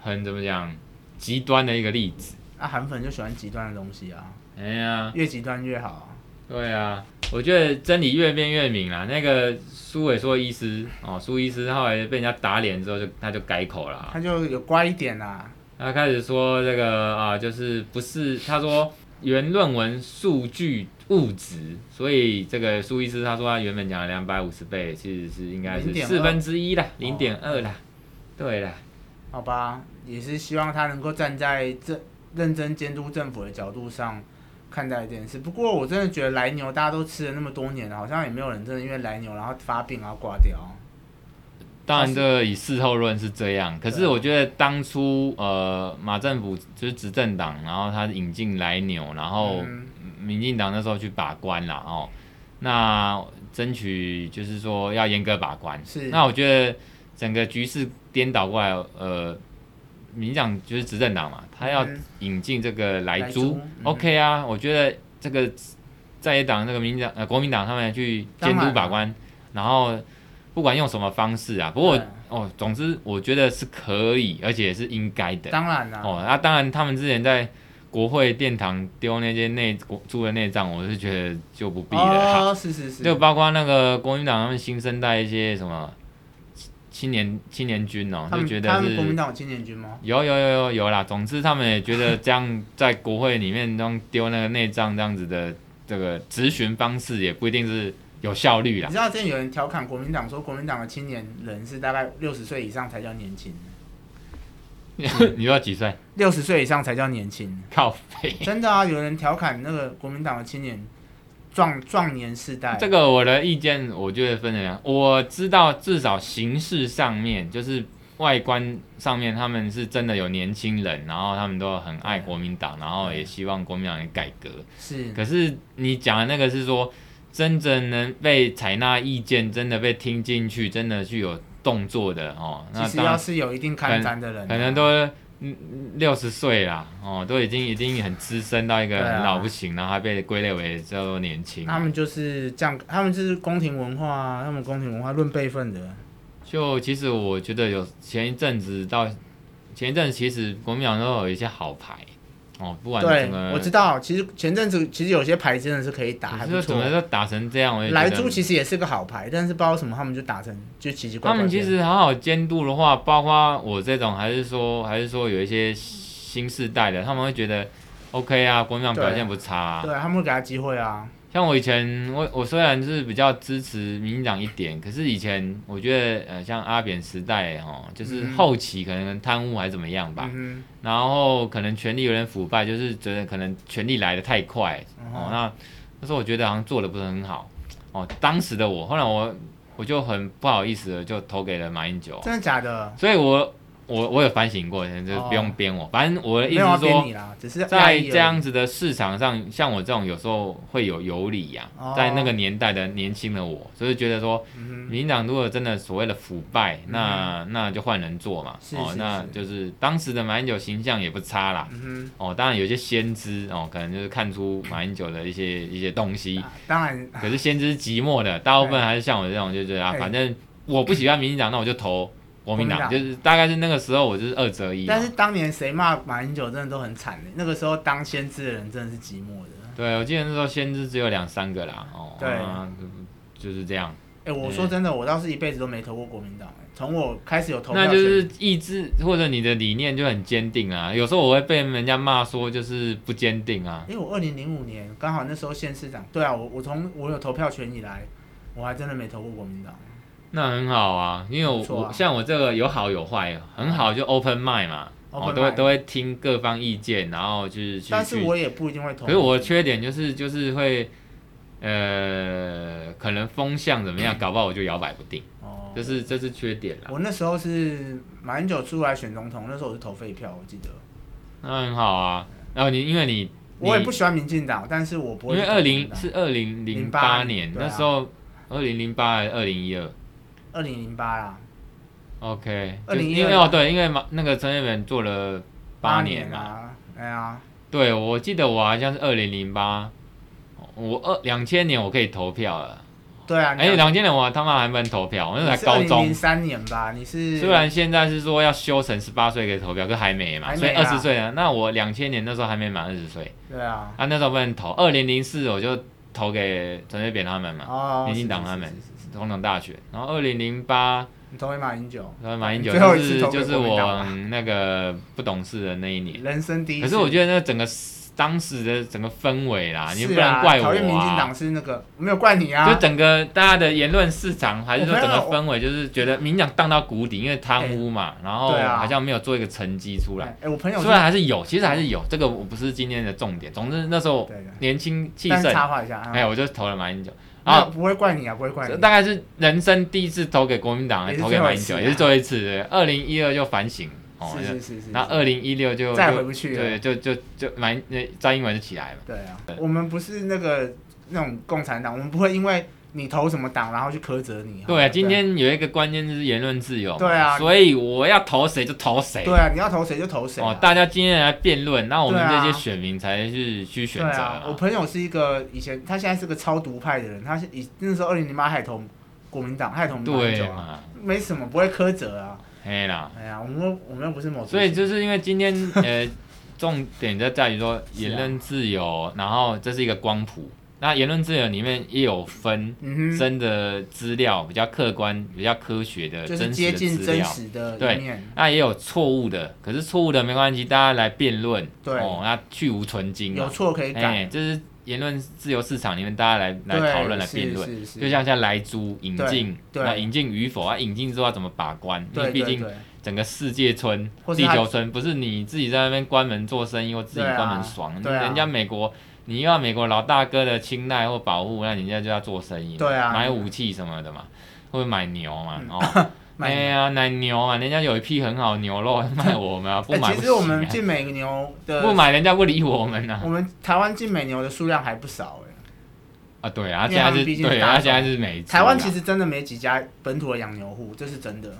[SPEAKER 2] 很怎么讲极端的一个例子。
[SPEAKER 1] 啊！韩粉就喜欢极端的东西啊，
[SPEAKER 2] 哎呀，
[SPEAKER 1] 越极端越好啊、
[SPEAKER 2] 对啊，我觉得真理越辩越明啦。那个苏伟硕医师哦，苏医师后来被人家打脸之后就，他就改口了啊、
[SPEAKER 1] 他就有乖一点啊啦、
[SPEAKER 2] 他开始说这个啊，就是不是他说原论文数据误值，所以这个苏医师他说他原本讲的两百五十倍，其实是应该是
[SPEAKER 1] 0.2
[SPEAKER 2] 四分之一啦，零
[SPEAKER 1] 哦
[SPEAKER 2] 点二啦，对啦，
[SPEAKER 1] 好吧，也是希望他能够站在这认真监督政府的角度上看待这件事。不过我真的觉得来牛大家都吃了那么多年了，好像也没有人真的因为来牛然后发病然后挂掉。
[SPEAKER 2] 当然，这个以事后论是这样，可是我觉得当初呃马政府就是执政党，然后他引进来纽，然后
[SPEAKER 1] 嗯
[SPEAKER 2] 民进党那时候去把关啦哦，那争取就是说要严格把关。
[SPEAKER 1] 是
[SPEAKER 2] 那我觉得整个局势颠倒过来，呃，民进党就是执政党嘛，他要
[SPEAKER 1] 嗯
[SPEAKER 2] 引进这个莱
[SPEAKER 1] 莱
[SPEAKER 2] 猪
[SPEAKER 1] 猪嗯
[SPEAKER 2] o k 啊，我觉得这个在野党那个民进党呃国民党他们去监
[SPEAKER 1] 当
[SPEAKER 2] 督
[SPEAKER 1] 然
[SPEAKER 2] 把关，然后不管用什么方式啊，不过
[SPEAKER 1] 对
[SPEAKER 2] 哦，总之我觉得是可以，而且是应该的。
[SPEAKER 1] 当然啦、
[SPEAKER 2] 哦，那、当然，他们之前在国会殿堂丢那些内国猪的内脏，我是觉得就不必了。
[SPEAKER 1] 哦，是是是，
[SPEAKER 2] 就包括那个国民党他们新生代一些什么青青年青年军哦，
[SPEAKER 1] 他
[SPEAKER 2] 就
[SPEAKER 1] 们
[SPEAKER 2] 觉
[SPEAKER 1] 他
[SPEAKER 2] 得
[SPEAKER 1] 们国民
[SPEAKER 2] 是
[SPEAKER 1] 党有青年军吗？
[SPEAKER 2] 有有有有有啦。总之，他们也觉得这样在国会里面弄丢那个内脏这样子的这个质询方式，也不一定是有效率
[SPEAKER 1] 你
[SPEAKER 2] 啦。 [LAUGHS]
[SPEAKER 1] 知道之前有人调侃国民党说，国民党的青年人是大概六十岁以上才叫年轻，
[SPEAKER 2] 你说几岁？
[SPEAKER 1] 六十岁以上才叫年轻。
[SPEAKER 2] [LAUGHS] 靠背。
[SPEAKER 1] 真的啊，有人调侃那个国民党的青年壮壮年世代，
[SPEAKER 2] 这个我的意见，我觉得分成两，我知道至少形式上面，就是外观上面，他们是真的有年轻人，然后他们都很爱国民党，然后也希望国民党也改革。
[SPEAKER 1] 是
[SPEAKER 2] 可是你讲的那个是说，真正能被采纳意见，真的被听进去，真的具有动作的哦，
[SPEAKER 1] 其
[SPEAKER 2] 那
[SPEAKER 1] 实
[SPEAKER 2] 当
[SPEAKER 1] 要
[SPEAKER 2] 然
[SPEAKER 1] 是有一定看瞻的人啊，
[SPEAKER 2] 可能都。六十岁啦，哦，都已经已经很资深到一个
[SPEAKER 1] 对啊
[SPEAKER 2] 很老不行，然后还被归类为叫做年轻。啊
[SPEAKER 1] 他们就是这样，他们就是宫廷文化啊，他们宫廷文化论辈分的，
[SPEAKER 2] 就其实我觉得有前一阵子到前一阵，其实国民党都有一些好牌哦，不管
[SPEAKER 1] 对
[SPEAKER 2] 怎么，，
[SPEAKER 1] 我知道。其实前阵子其实有些牌真的是可以打，还
[SPEAKER 2] 可
[SPEAKER 1] 不
[SPEAKER 2] 是怎
[SPEAKER 1] 错
[SPEAKER 2] 么。都打成这样，我也觉
[SPEAKER 1] 莱
[SPEAKER 2] 得
[SPEAKER 1] 猪其实也是个好牌，但是不知道为什么他们就打成就奇奇怪怪
[SPEAKER 2] 他
[SPEAKER 1] 的。
[SPEAKER 2] 们其实好好监督的话，包括我这种，还是说还是说有一些新世代的，他们会觉得 OK 啊，国民党表现不差、啊。
[SPEAKER 1] 对他们会给他机会啊，
[SPEAKER 2] 像我以前，我我虽然是比较支持民进党一点，可是以前我觉得呃，像阿扁时代哦，就是
[SPEAKER 1] 嗯
[SPEAKER 2] 后期可能贪污还怎么样吧，
[SPEAKER 1] 嗯
[SPEAKER 2] 然后可能权力有点腐败，就是觉得可能权力来的太快、
[SPEAKER 1] 嗯哼
[SPEAKER 2] 哦。那那时候我觉得好像做的不是很好哦。当时的我，后来我我就很不好意思了，就投给了马英九
[SPEAKER 1] 哼，。真的假的？
[SPEAKER 2] 所以我我我有反省过，就是
[SPEAKER 1] 哦
[SPEAKER 2] 不用编我。反正我的
[SPEAKER 1] 没
[SPEAKER 2] 意思
[SPEAKER 1] 有要
[SPEAKER 2] 是
[SPEAKER 1] 编
[SPEAKER 2] 说，
[SPEAKER 1] 你啦，只是压
[SPEAKER 2] 在
[SPEAKER 1] 抑而已
[SPEAKER 2] 这样子的市场上，像我这种有时候会有有理呀、
[SPEAKER 1] 哦
[SPEAKER 2] 在那个年代的年轻的我，所以觉得说，
[SPEAKER 1] 嗯
[SPEAKER 2] 民进党如果真的所谓的腐败，那那就换人做嘛。
[SPEAKER 1] 是
[SPEAKER 2] 哦，
[SPEAKER 1] 是
[SPEAKER 2] 那
[SPEAKER 1] 是
[SPEAKER 2] 就是当时的马英九形象也不差啦。
[SPEAKER 1] 哼嗯
[SPEAKER 2] 哦，当然有些先知哦，可能就是看出马英九的一些一些东西
[SPEAKER 1] 哼，，啊当然
[SPEAKER 2] 可是先知是寂寞的，大部分还是像我这种就觉得啊，
[SPEAKER 1] 哎
[SPEAKER 2] 反正我不喜欢民进党，那我就投国民党，
[SPEAKER 1] 国民党
[SPEAKER 2] 就是大概是那个时候我就是二择一嘛。
[SPEAKER 1] 但是当年谁骂马英九真的都很惨欸的，那个时候当先知的人真的是寂寞的。
[SPEAKER 2] 对，我记得那时候先知只有两三个啦，哦，
[SPEAKER 1] 对
[SPEAKER 2] 啊，就是这样。
[SPEAKER 1] 哎、我说真的，我倒是一辈子都没投过国民党、哎从我开始有投票
[SPEAKER 2] 那
[SPEAKER 1] 权，
[SPEAKER 2] 就是意志或者你的理念就很坚定啊。有时候我会被人家骂说就是不坚定啊。
[SPEAKER 1] 因为我二零零五年刚好那时候县市长，对啊，我我从我有投票权以来，我还真的没投过国民党。
[SPEAKER 2] 那很好啊，因为我
[SPEAKER 1] 不、错啊
[SPEAKER 2] 我像我这个有好有坏，很好就 open mind 嘛，
[SPEAKER 1] Open
[SPEAKER 2] 哦、都会
[SPEAKER 1] mind
[SPEAKER 2] 都会听各方意见，然后就是去
[SPEAKER 1] 但是
[SPEAKER 2] 去
[SPEAKER 1] 我也不一定会投。
[SPEAKER 2] 可是我的缺点就是就是会，呃，可能风向怎么样，搞不好我就摇摆不定，
[SPEAKER 1] 嗯哦，
[SPEAKER 2] 这是这是缺点啦。
[SPEAKER 1] 我那时候是马英九出来选总统，那时候我是投废票，我记得。
[SPEAKER 2] 那很好啊。然后你因为你你
[SPEAKER 1] 我也不喜欢民进党，但是我不
[SPEAKER 2] 因
[SPEAKER 1] 会去投
[SPEAKER 2] 为二
[SPEAKER 1] 国民
[SPEAKER 2] 零
[SPEAKER 1] 党。
[SPEAKER 2] 是二零零
[SPEAKER 1] 08
[SPEAKER 2] 八年
[SPEAKER 1] 对啊
[SPEAKER 2] 那时候，二零零八还是二零一二
[SPEAKER 1] 二零零八啦，
[SPEAKER 2] ？OK，
[SPEAKER 1] 2012
[SPEAKER 2] 就是因为哦对，因为马那个陈水扁做了八年
[SPEAKER 1] 年
[SPEAKER 2] 嘛，
[SPEAKER 1] 啊，哎呀，
[SPEAKER 2] 对我记得我好像是二零零八，我二两千年我可以投票了，
[SPEAKER 1] 对啊，
[SPEAKER 2] 哎，两千年我他妈还不能投票，我那时候才高中
[SPEAKER 1] 零。三年吧，你是
[SPEAKER 2] 虽然现在是说要修成十八岁可以投票，可还没嘛，
[SPEAKER 1] 还没
[SPEAKER 2] 所以
[SPEAKER 1] 啊
[SPEAKER 2] 二十岁啊。那我两千年那时候还没满二十岁
[SPEAKER 1] 对啊，
[SPEAKER 2] 啊，那时候不能投。二零零四我就投给陈水扁他们嘛，
[SPEAKER 1] 哦，
[SPEAKER 2] 民进党
[SPEAKER 1] 是
[SPEAKER 2] 他
[SPEAKER 1] 是
[SPEAKER 2] 们
[SPEAKER 1] 是是是
[SPEAKER 2] 总统大选。然后二零零八，
[SPEAKER 1] 你投给马英九，
[SPEAKER 2] 然后马英九
[SPEAKER 1] 最后
[SPEAKER 2] 就
[SPEAKER 1] 一次
[SPEAKER 2] 是
[SPEAKER 1] 投给
[SPEAKER 2] 就是
[SPEAKER 1] 国民
[SPEAKER 2] 我
[SPEAKER 1] 党吧
[SPEAKER 2] 嗯那个不懂事的那一年。
[SPEAKER 1] 人生第一
[SPEAKER 2] 可
[SPEAKER 1] 次。
[SPEAKER 2] 是我觉得那整个当时的整个氛围啦，你
[SPEAKER 1] 是啊
[SPEAKER 2] 不能怪
[SPEAKER 1] 讨厌
[SPEAKER 2] 我
[SPEAKER 1] 民进
[SPEAKER 2] 啊
[SPEAKER 1] 党。是那个，我没有怪你啊。
[SPEAKER 2] 就整个大家的言论市场，还是说
[SPEAKER 1] 我
[SPEAKER 2] 整
[SPEAKER 1] 朋
[SPEAKER 2] 个
[SPEAKER 1] 友
[SPEAKER 2] 氛围，就是觉得民进党荡到谷底，因为贪污嘛，然后
[SPEAKER 1] 对啊
[SPEAKER 2] 好像没有做一个成绩出来。
[SPEAKER 1] 哎、哎我朋友是
[SPEAKER 2] 虽然还是有，其实还是有，这个我不是今天的重点。总之那时候
[SPEAKER 1] 对的，
[SPEAKER 2] 年轻气
[SPEAKER 1] 但是
[SPEAKER 2] 盛，
[SPEAKER 1] 插话一下，
[SPEAKER 2] 哎，我就投了马英九，
[SPEAKER 1] 没
[SPEAKER 2] 然
[SPEAKER 1] 有
[SPEAKER 2] 后
[SPEAKER 1] 不会怪你啊，不会怪你。
[SPEAKER 2] 大概是人生第一次投给国民党，
[SPEAKER 1] 也是
[SPEAKER 2] 投给马英
[SPEAKER 1] 最
[SPEAKER 2] 九，
[SPEAKER 1] 后一次啊
[SPEAKER 2] 也是最后一次。二零一二就反省，哦，
[SPEAKER 1] 是
[SPEAKER 2] 就是
[SPEAKER 1] 是是，
[SPEAKER 2] 然后二零一六就
[SPEAKER 1] 再
[SPEAKER 2] 就
[SPEAKER 1] 回不去了
[SPEAKER 2] 对，就就就马英那张英文就起来了。
[SPEAKER 1] 对啊，我们不是那个那种共产党，我们不会因为你投什么党然后去苛责你。
[SPEAKER 2] 对啊，今天有一个关键就是言论自由嘛，
[SPEAKER 1] 对啊
[SPEAKER 2] 所以我要投谁就投谁，
[SPEAKER 1] 对啊，你要投谁就投谁啊、
[SPEAKER 2] 哦，大家今天来辩论，那我们
[SPEAKER 1] 对
[SPEAKER 2] 这
[SPEAKER 1] 啊
[SPEAKER 2] 些选民才是去选择
[SPEAKER 1] 对啊，我
[SPEAKER 2] 嘛。
[SPEAKER 1] 朋友是一个以前他现在是个超独派的人，他是以那时候二零零八还投国民党，还投民
[SPEAKER 2] 对
[SPEAKER 1] 党、啊，
[SPEAKER 2] 嘛，
[SPEAKER 1] 没什么，不会苛责啊。
[SPEAKER 2] 嘿啦，
[SPEAKER 1] 哎呀，我们又我们又不是某，
[SPEAKER 2] 所以就是因为今天呃，重点就在于说
[SPEAKER 1] 啊
[SPEAKER 2] 言论自由，然后这是一个光谱。那言论自由里面也有分
[SPEAKER 1] 嗯
[SPEAKER 2] 真的资料，比较客观、比较科学的
[SPEAKER 1] 哼，就
[SPEAKER 2] 呃
[SPEAKER 1] 是
[SPEAKER 2] 真实
[SPEAKER 1] 接
[SPEAKER 2] 的
[SPEAKER 1] 近
[SPEAKER 2] 资
[SPEAKER 1] 真
[SPEAKER 2] 料。
[SPEAKER 1] 实的
[SPEAKER 2] 对
[SPEAKER 1] 一面，
[SPEAKER 2] 那也有错误的，可是错误的没关系，大家来辩论，
[SPEAKER 1] 对
[SPEAKER 2] 哦，那去无存菁嘛
[SPEAKER 1] 有错可以改，
[SPEAKER 2] 哎，这是言论自由市场里面大家来
[SPEAKER 1] 对
[SPEAKER 2] 来讨论、来
[SPEAKER 1] 是
[SPEAKER 2] 辩论。
[SPEAKER 1] 是是
[SPEAKER 2] 就像像莱猪引进，
[SPEAKER 1] 对对
[SPEAKER 2] 那引进与否啊，引进之后要怎么把关？因为
[SPEAKER 1] 对
[SPEAKER 2] 毕
[SPEAKER 1] 对
[SPEAKER 2] 竟
[SPEAKER 1] 对，
[SPEAKER 2] 整个世界村、
[SPEAKER 1] 或是
[SPEAKER 2] 地
[SPEAKER 1] 它
[SPEAKER 2] 球村不是你自己在那边关门做生意或自己
[SPEAKER 1] 对啊
[SPEAKER 2] 关门爽，
[SPEAKER 1] 对啊
[SPEAKER 2] 人家美国。你又要美国老大哥的青睐或保护，那人家就要做生意，
[SPEAKER 1] 对啊嗯
[SPEAKER 2] 买武器什么的嘛，或者买牛嘛，哦，
[SPEAKER 1] [LAUGHS] 买
[SPEAKER 2] 哎呀，奶牛啊，人家有一批很好的牛肉卖我们啊，不
[SPEAKER 1] 哎
[SPEAKER 2] 买
[SPEAKER 1] 其
[SPEAKER 2] 不行
[SPEAKER 1] 实我
[SPEAKER 2] 啊、
[SPEAKER 1] 们进美牛的，
[SPEAKER 2] 不买人家不理我们啊，
[SPEAKER 1] 我们台湾进美牛的数量还不少哎。
[SPEAKER 2] 啊对啊，
[SPEAKER 1] 因为
[SPEAKER 2] 现在
[SPEAKER 1] 他们
[SPEAKER 2] 是
[SPEAKER 1] 毕竟是
[SPEAKER 2] 对，
[SPEAKER 1] 大
[SPEAKER 2] 他
[SPEAKER 1] 众
[SPEAKER 2] 现在是美猪啊，
[SPEAKER 1] 台湾其实真的没几家本土的养牛户，这是真的。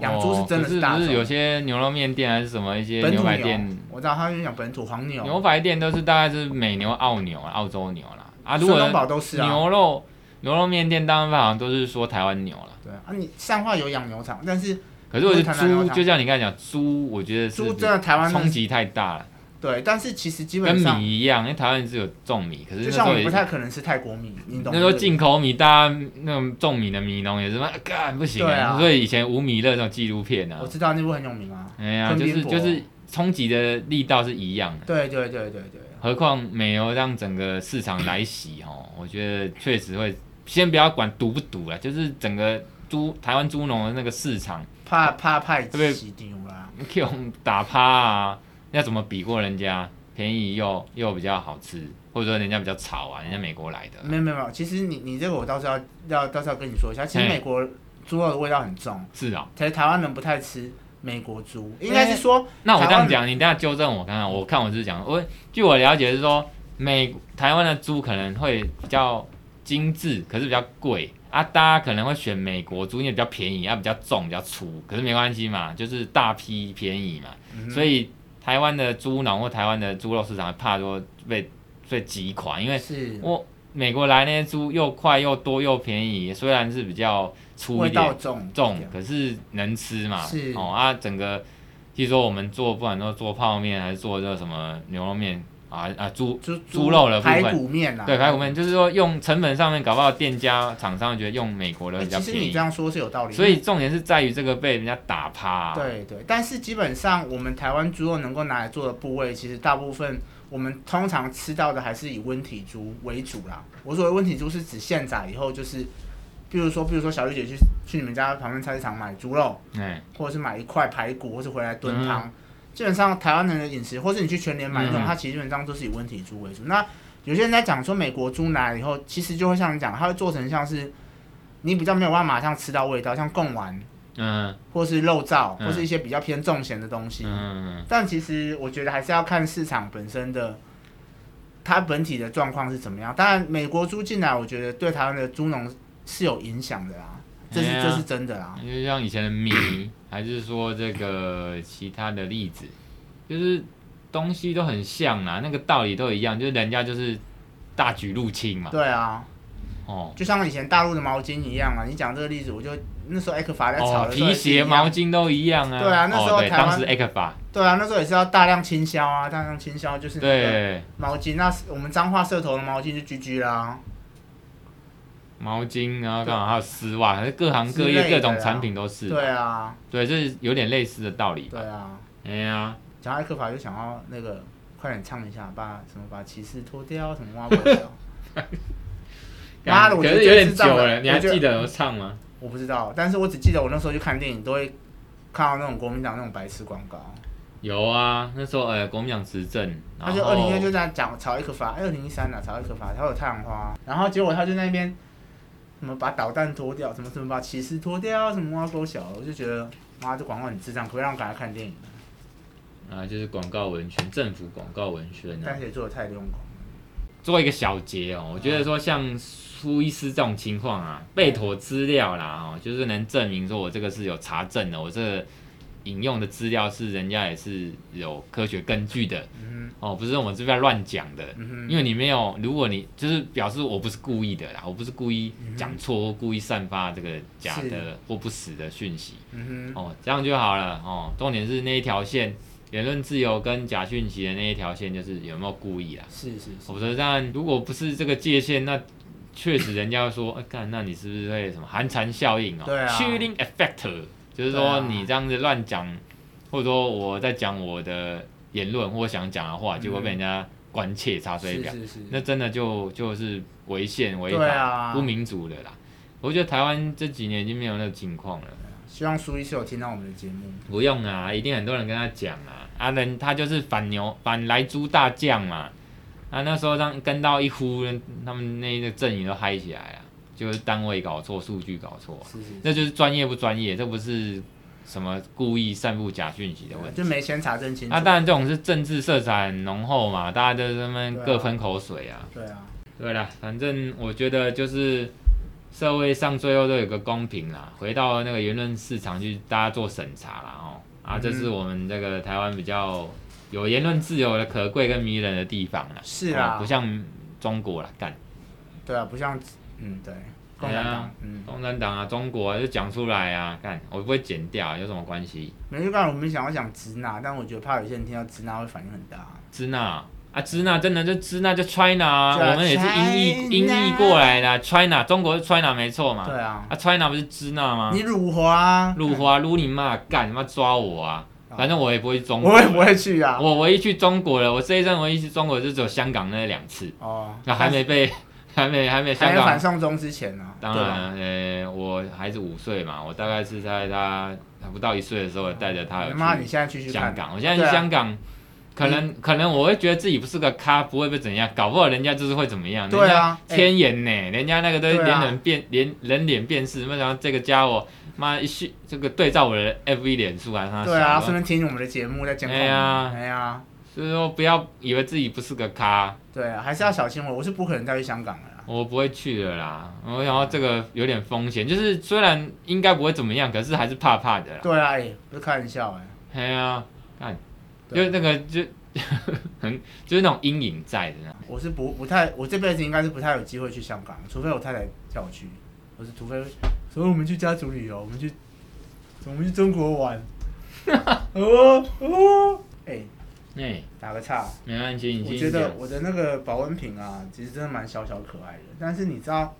[SPEAKER 1] 养猪是真的
[SPEAKER 2] 哦是
[SPEAKER 1] 大
[SPEAKER 2] 不
[SPEAKER 1] 众
[SPEAKER 2] 是有些牛肉面店还是什么一些
[SPEAKER 1] 本
[SPEAKER 2] 牛
[SPEAKER 1] 土
[SPEAKER 2] 排
[SPEAKER 1] 牛
[SPEAKER 2] 店，，
[SPEAKER 1] 我知道他们讲本土黄牛、
[SPEAKER 2] 牛排店都是大概是美牛、澳牛、澳洲牛啦。啊，如
[SPEAKER 1] 孙东
[SPEAKER 2] 果
[SPEAKER 1] 宝都是啊。
[SPEAKER 2] 牛肉牛肉面店，当然好像都是说台湾牛啦。
[SPEAKER 1] 对啊，你上化有养牛场，但是
[SPEAKER 2] 可是我觉
[SPEAKER 1] 因
[SPEAKER 2] 得
[SPEAKER 1] 为台南
[SPEAKER 2] 猪
[SPEAKER 1] 牛，场
[SPEAKER 2] 就像你刚才讲，猪我觉得是
[SPEAKER 1] 猪真的台湾那
[SPEAKER 2] 冲击太大了，
[SPEAKER 1] 对，但是其实基
[SPEAKER 2] 跟
[SPEAKER 1] 本上
[SPEAKER 2] 米一样，因为台湾是有种米，可是
[SPEAKER 1] 就
[SPEAKER 2] 那时
[SPEAKER 1] 像我
[SPEAKER 2] 候
[SPEAKER 1] 们
[SPEAKER 2] 也
[SPEAKER 1] 不太可能是泰国米，你懂？
[SPEAKER 2] 那时候进口米，大家那种种米的米农也是嘛，啊干不行
[SPEAKER 1] 对啊
[SPEAKER 2] 所以以前无米乐那种纪录片啊
[SPEAKER 1] 我，知道那部很有名啊。
[SPEAKER 2] 哎呀，
[SPEAKER 1] 很
[SPEAKER 2] 就
[SPEAKER 1] 颠
[SPEAKER 2] 是
[SPEAKER 1] 簸
[SPEAKER 2] 就是冲击的力道是一样的。
[SPEAKER 1] 对对对对对，
[SPEAKER 2] 何况美油让整个市场来袭哦，我觉得确实会，先不要管毒不毒啦，就是整个猪台湾猪农的那个市场
[SPEAKER 1] 怕怕派
[SPEAKER 2] 不会
[SPEAKER 1] 洗牛啦。
[SPEAKER 2] 用打趴啊，要怎么比过人家？便宜又又比较好吃，或者说人家比较吵啊，人家美国来的，
[SPEAKER 1] 没有没有没有，其实你你这个我倒是要要倒是要跟你说一下，其实
[SPEAKER 2] 嘿
[SPEAKER 1] 美国猪肉的味道很重，
[SPEAKER 2] 是啊、
[SPEAKER 1] 其实台湾人不太吃美国猪，应该是说
[SPEAKER 2] 那我这
[SPEAKER 1] 台湾
[SPEAKER 2] 样讲，你等下纠正我看看，我看我是讲，我据我了解是说，美台湾的猪可能会比较精致，可是比较贵啊，大家可能会选美国猪，因为比较便宜，啊比较重，比较粗，可是没关系嘛，就是大批便宜嘛，
[SPEAKER 1] 嗯
[SPEAKER 2] 哎所以台湾的猪农或台湾的猪肉市场怕说被被挤垮，因为
[SPEAKER 1] 是
[SPEAKER 2] 我美国来那些猪又快又多又便宜，虽然是比较粗
[SPEAKER 1] 味
[SPEAKER 2] 一点
[SPEAKER 1] 道，重
[SPEAKER 2] 重，可是能吃嘛。
[SPEAKER 1] 是
[SPEAKER 2] 哦啊，整个，譬如说我们做，不管说做泡面还是做这个什么牛肉面，啊啊猪
[SPEAKER 1] 猪
[SPEAKER 2] 猪肉的部
[SPEAKER 1] 排
[SPEAKER 2] 分
[SPEAKER 1] 骨面啊，
[SPEAKER 2] 对排骨面，就是说用成本上面，搞不好店家厂商觉得用美国的
[SPEAKER 1] 哎
[SPEAKER 2] 比较
[SPEAKER 1] 其实
[SPEAKER 2] 便
[SPEAKER 1] 你
[SPEAKER 2] 宜
[SPEAKER 1] 这，样说是有道理的，
[SPEAKER 2] 所以重点是在于这个被人家打趴、
[SPEAKER 1] 对对，但是基本上我们台湾猪肉能够拿来做的部位，其实大部分我们通常吃到的还是以温体猪为主啦。我所谓温体猪是指现宰以后，就是比如说，比如说小玉姐去去你们家旁边菜市场买猪肉，
[SPEAKER 2] 哎，
[SPEAKER 1] 或者是买一块排骨，或是回来炖
[SPEAKER 2] 嗯
[SPEAKER 1] 汤。基本上台湾人的饮食，或是你去全联买那种，
[SPEAKER 2] 嗯
[SPEAKER 1] 它其实基本上都是以温体猪为主。那有些人在讲说美国猪拿来以后，其实就会像你讲，它会做成像是你比较没有办法马上吃到味道，像贡丸。
[SPEAKER 2] 嗯
[SPEAKER 1] 或是肉燥，
[SPEAKER 2] 嗯
[SPEAKER 1] 或是一些比较偏重咸的东西。
[SPEAKER 2] 嗯，
[SPEAKER 1] 但其实我觉得还是要看市场本身的，它本体的状况是怎么样。当然，美国猪进来，我觉得对台湾的猪农是有影响的啦，这是、
[SPEAKER 2] 哎呀
[SPEAKER 1] 这是真的啦。
[SPEAKER 2] 就像以前的米，还是说这个其他的例子，就是东西都很像啦，那个道理都一样，就是人家就是大举入侵嘛，
[SPEAKER 1] 对啊，
[SPEAKER 2] 哦。
[SPEAKER 1] 就像以前大陆的毛巾一样啊。你讲这个例子，我就那时候 e 克法在炒
[SPEAKER 2] 哦，
[SPEAKER 1] 的时候
[SPEAKER 2] 皮
[SPEAKER 1] 也是一
[SPEAKER 2] 鞋、
[SPEAKER 1] 样、
[SPEAKER 2] 毛巾都一样啊。
[SPEAKER 1] 对啊那时候
[SPEAKER 2] 哦、对
[SPEAKER 1] 台湾
[SPEAKER 2] 当时 A 克法，
[SPEAKER 1] 对啊，那时候也是要大量倾销啊，大量倾销就是那个
[SPEAKER 2] 对
[SPEAKER 1] 毛巾。那我们彰化社头的毛巾就 GG 啦，
[SPEAKER 2] 毛巾，然后刚好还有丝袜，还是各行各业
[SPEAKER 1] 之类的
[SPEAKER 2] 各
[SPEAKER 1] 啊
[SPEAKER 2] 种产品都是。
[SPEAKER 1] 对啊，
[SPEAKER 2] 对，这是有点类似的道理吧
[SPEAKER 1] 对。啊。
[SPEAKER 2] 哎呀，
[SPEAKER 1] 讲到艾克法就想要那个，快点唱一下，把什么把骑士脱掉，什么挖不
[SPEAKER 2] [LAUGHS]
[SPEAKER 1] 掉。妈的，我
[SPEAKER 2] 可
[SPEAKER 1] 觉得
[SPEAKER 2] 是有
[SPEAKER 1] 这
[SPEAKER 2] 点
[SPEAKER 1] 智障
[SPEAKER 2] 久
[SPEAKER 1] 的
[SPEAKER 2] 了，你还
[SPEAKER 1] 我觉得
[SPEAKER 2] 记得我唱吗？
[SPEAKER 1] 我不知道，但是我只记得我那时候去看电影，都会看到那种国民党那种白痴广告。
[SPEAKER 2] 有啊，那时候呃，国民党执政，
[SPEAKER 1] 他
[SPEAKER 2] 然
[SPEAKER 1] 就二零一就
[SPEAKER 2] 后
[SPEAKER 1] 这样讲炒艾克法，二零一三啊炒艾克法，还有太阳花，然后结果他就那边什么把导弹脱掉，什么什么把骑士脱掉，什么挖沟小，我就觉得妈这广告很智障，可不可以让我赶快看电影？
[SPEAKER 2] 啊，就是广告文宣，政府广告文宣啊
[SPEAKER 1] 但，是也做的太用功了。
[SPEAKER 2] 做一个小结哦。我觉得说像苏医师这种情况
[SPEAKER 1] 嗯
[SPEAKER 2] 啊，备妥资料啦哦，就是能证明说我这个是有查证的，我这个引用的资料是人家也是有科学根据的
[SPEAKER 1] 嗯
[SPEAKER 2] 哦，不是我这边乱讲的。
[SPEAKER 1] 哼，嗯哼，
[SPEAKER 2] 因为你没有，如果你就是表示我不是故意的啦，我不是故意
[SPEAKER 1] 嗯
[SPEAKER 2] 讲错或故意散发这个假的或不实的讯息 [LAUGHS]
[SPEAKER 1] 嗯哼，
[SPEAKER 2] 哦，这样就好了哦。重点是那一条线，言论自由跟假讯息的那一条线，就是有没有故意啦。
[SPEAKER 1] 是是是，
[SPEAKER 2] 否则，当然如果不是这个界限，那确实人家会说，哎、干，那你是不是会什么寒蝉效应哦？
[SPEAKER 1] 对啊
[SPEAKER 2] Chilling effect，就是
[SPEAKER 1] 对
[SPEAKER 2] 说
[SPEAKER 1] 啊
[SPEAKER 2] 你这样子乱讲，或者说我在讲我的言论或我想讲的话，结果被人家关切查水表。
[SPEAKER 1] 是是是，
[SPEAKER 2] 那真的就就是违宪违
[SPEAKER 1] 对
[SPEAKER 2] 法、
[SPEAKER 1] 啊
[SPEAKER 2] 不民主的啦。我觉得台湾这几年已经没有那个情况了，
[SPEAKER 1] 希望苏医师有听到我们的节目。
[SPEAKER 2] 不用啊，一定很多人跟他讲啊，阿仁他就是反牛反来猪大将嘛，啊那时候让跟到一呼，他们那个阵营都嗨起来了，就是单位搞错，数据搞错，
[SPEAKER 1] 是是，
[SPEAKER 2] 那就是专业不专业，这不是什么故意散布假讯息的问题。
[SPEAKER 1] 就没先查证清楚。
[SPEAKER 2] 啊，当然这种是政治色彩很浓厚嘛，大家就是他们
[SPEAKER 1] 对啊
[SPEAKER 2] 各喷口水啊。
[SPEAKER 1] 对啊，
[SPEAKER 2] 对啦，反正我觉得就是社会上最后都有个公平啦，回到那个言论市场去，大家做审查啦哦。啊，
[SPEAKER 1] 嗯
[SPEAKER 2] 这是我们这个台湾比较有言论自由的可贵跟迷人的地方啦。
[SPEAKER 1] 是
[SPEAKER 2] 哦
[SPEAKER 1] 啊
[SPEAKER 2] 不，像中国啦，干
[SPEAKER 1] 对啊，不像嗯对，共产
[SPEAKER 2] 哎
[SPEAKER 1] 党
[SPEAKER 2] 呀
[SPEAKER 1] 嗯，
[SPEAKER 2] 共产党啊，中国啊就讲出来啊，干我不会剪掉，有什么关系？
[SPEAKER 1] 没事干。我们想要讲直男，但我觉得怕有些人听到直男会反应很大。
[SPEAKER 2] 支那啊，支那真的就支那就 China，啊、
[SPEAKER 1] 对啊
[SPEAKER 2] 我们也是音译音
[SPEAKER 1] China
[SPEAKER 2] 译过来的啊 China，中国是 China 没错嘛。
[SPEAKER 1] 对啊，
[SPEAKER 2] 啊，China 不是支那吗？
[SPEAKER 1] 你辱华啊，
[SPEAKER 2] 入花撸你妈干，你妈抓我啊！反正我也不会去中国，
[SPEAKER 1] 我也不会去啊。
[SPEAKER 2] 我唯一去中国了，我这一生唯一去中国就只有香港那两次，
[SPEAKER 1] 哦，
[SPEAKER 2] 那还没被， [LAUGHS] 还没还没
[SPEAKER 1] 还
[SPEAKER 2] 香
[SPEAKER 1] 没反
[SPEAKER 2] 港。
[SPEAKER 1] 送中之前呢，
[SPEAKER 2] 当
[SPEAKER 1] 对啊吧？
[SPEAKER 2] 然，呃，我孩子五岁嘛，我大概是在他还不到一岁的时候带着他有
[SPEAKER 1] 你妈，你
[SPEAKER 2] 去
[SPEAKER 1] 现在去去
[SPEAKER 2] 香
[SPEAKER 1] 看，
[SPEAKER 2] 港。我现
[SPEAKER 1] 对
[SPEAKER 2] 在
[SPEAKER 1] 啊
[SPEAKER 2] 去香港，可能可能我会觉得自己不是个咖，不会被怎样，搞不好人家就是会怎么样。
[SPEAKER 1] 对啊
[SPEAKER 2] 人家天眼呢，人家那个都是
[SPEAKER 1] 对啊
[SPEAKER 2] 连人辨连人脸辨识，没想到这个家伙妈一去这个对照我的 FV 脸书还是他
[SPEAKER 1] 对啊，
[SPEAKER 2] 小
[SPEAKER 1] 顺便听我们的节目在监控
[SPEAKER 2] 哎
[SPEAKER 1] 你。
[SPEAKER 2] 呀
[SPEAKER 1] 哎呀，
[SPEAKER 2] 所以说不要以为自己不是个咖，
[SPEAKER 1] 对啊，还是要小心我，我是不可能再去香港了啦。
[SPEAKER 2] 我不会去的啦。我想到这个有点风险，就是虽然应该不会怎么样，可是还是怕怕的啦。
[SPEAKER 1] 对啊，哎，不是开玩笑哎。
[SPEAKER 2] 哎呀，看，就
[SPEAKER 1] 对啊
[SPEAKER 2] 是那个就 [LAUGHS] 很就是那种阴影在的那种。
[SPEAKER 1] 我是不不太，我这辈子应该是不太有机会去香港，除非我太太叫我去，我是除非，所以我们去家族旅游，我们去，我们去中国玩，哦哦，哎、
[SPEAKER 2] 哎、
[SPEAKER 1] 打个岔，
[SPEAKER 2] 没关系，你
[SPEAKER 1] 我
[SPEAKER 2] 继
[SPEAKER 1] 觉
[SPEAKER 2] 续
[SPEAKER 1] 得
[SPEAKER 2] 讲。
[SPEAKER 1] 我的那个保温瓶啊，其实真的蛮小小可爱的，但是你知道，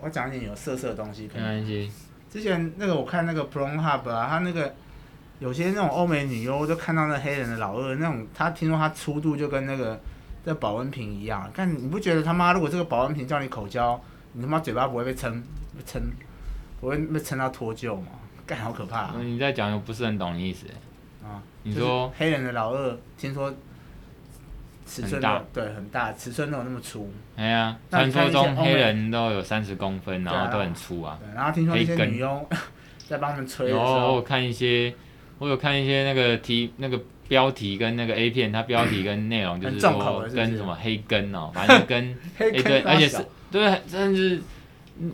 [SPEAKER 1] 我讲一点有色色的东西，可
[SPEAKER 2] 没
[SPEAKER 1] 能
[SPEAKER 2] 关系，
[SPEAKER 1] 之前那个我看那个 p r o n h u b 啊，他那个有些那种欧美女优，就看到那黑人的老二那种，他听说他粗度就跟那个这保温瓶一样，但你不觉得他妈如果这个保温瓶叫你口交，你他妈嘴巴不会被撑被撑，不会被撑到脱臼吗？干好可怕啊！
[SPEAKER 2] 嗯你在讲，我不是很懂你意思。
[SPEAKER 1] 啊
[SPEAKER 2] 嗯你
[SPEAKER 1] 就是
[SPEAKER 2] 说
[SPEAKER 1] 黑人的老二，听说尺寸
[SPEAKER 2] 很
[SPEAKER 1] 没
[SPEAKER 2] 大
[SPEAKER 1] 有对很大，尺寸没有那么粗，
[SPEAKER 2] 哎呀，
[SPEAKER 1] 那
[SPEAKER 2] 传
[SPEAKER 1] 你看
[SPEAKER 2] 说
[SPEAKER 1] 一些
[SPEAKER 2] 中
[SPEAKER 1] 欧美
[SPEAKER 2] 黑人都有三十公分，
[SPEAKER 1] 对
[SPEAKER 2] 然
[SPEAKER 1] 啊
[SPEAKER 2] 后都很粗啊。
[SPEAKER 1] 对，然后听说
[SPEAKER 2] 可以
[SPEAKER 1] 一些
[SPEAKER 2] 跟
[SPEAKER 1] 女佣在帮他们吹的
[SPEAKER 2] 有
[SPEAKER 1] 时
[SPEAKER 2] 我有
[SPEAKER 1] 候，
[SPEAKER 2] 看一些，我有看一些那个题那个标题跟那个 A 片，它标题跟内容就是
[SPEAKER 1] 很重口
[SPEAKER 2] 说
[SPEAKER 1] 的是不是
[SPEAKER 2] 跟什么黑根哦，反正跟
[SPEAKER 1] [LAUGHS] 黑
[SPEAKER 2] 一
[SPEAKER 1] 坑
[SPEAKER 2] 堆，
[SPEAKER 1] 大
[SPEAKER 2] 而且
[SPEAKER 1] 小
[SPEAKER 2] 是对，甚至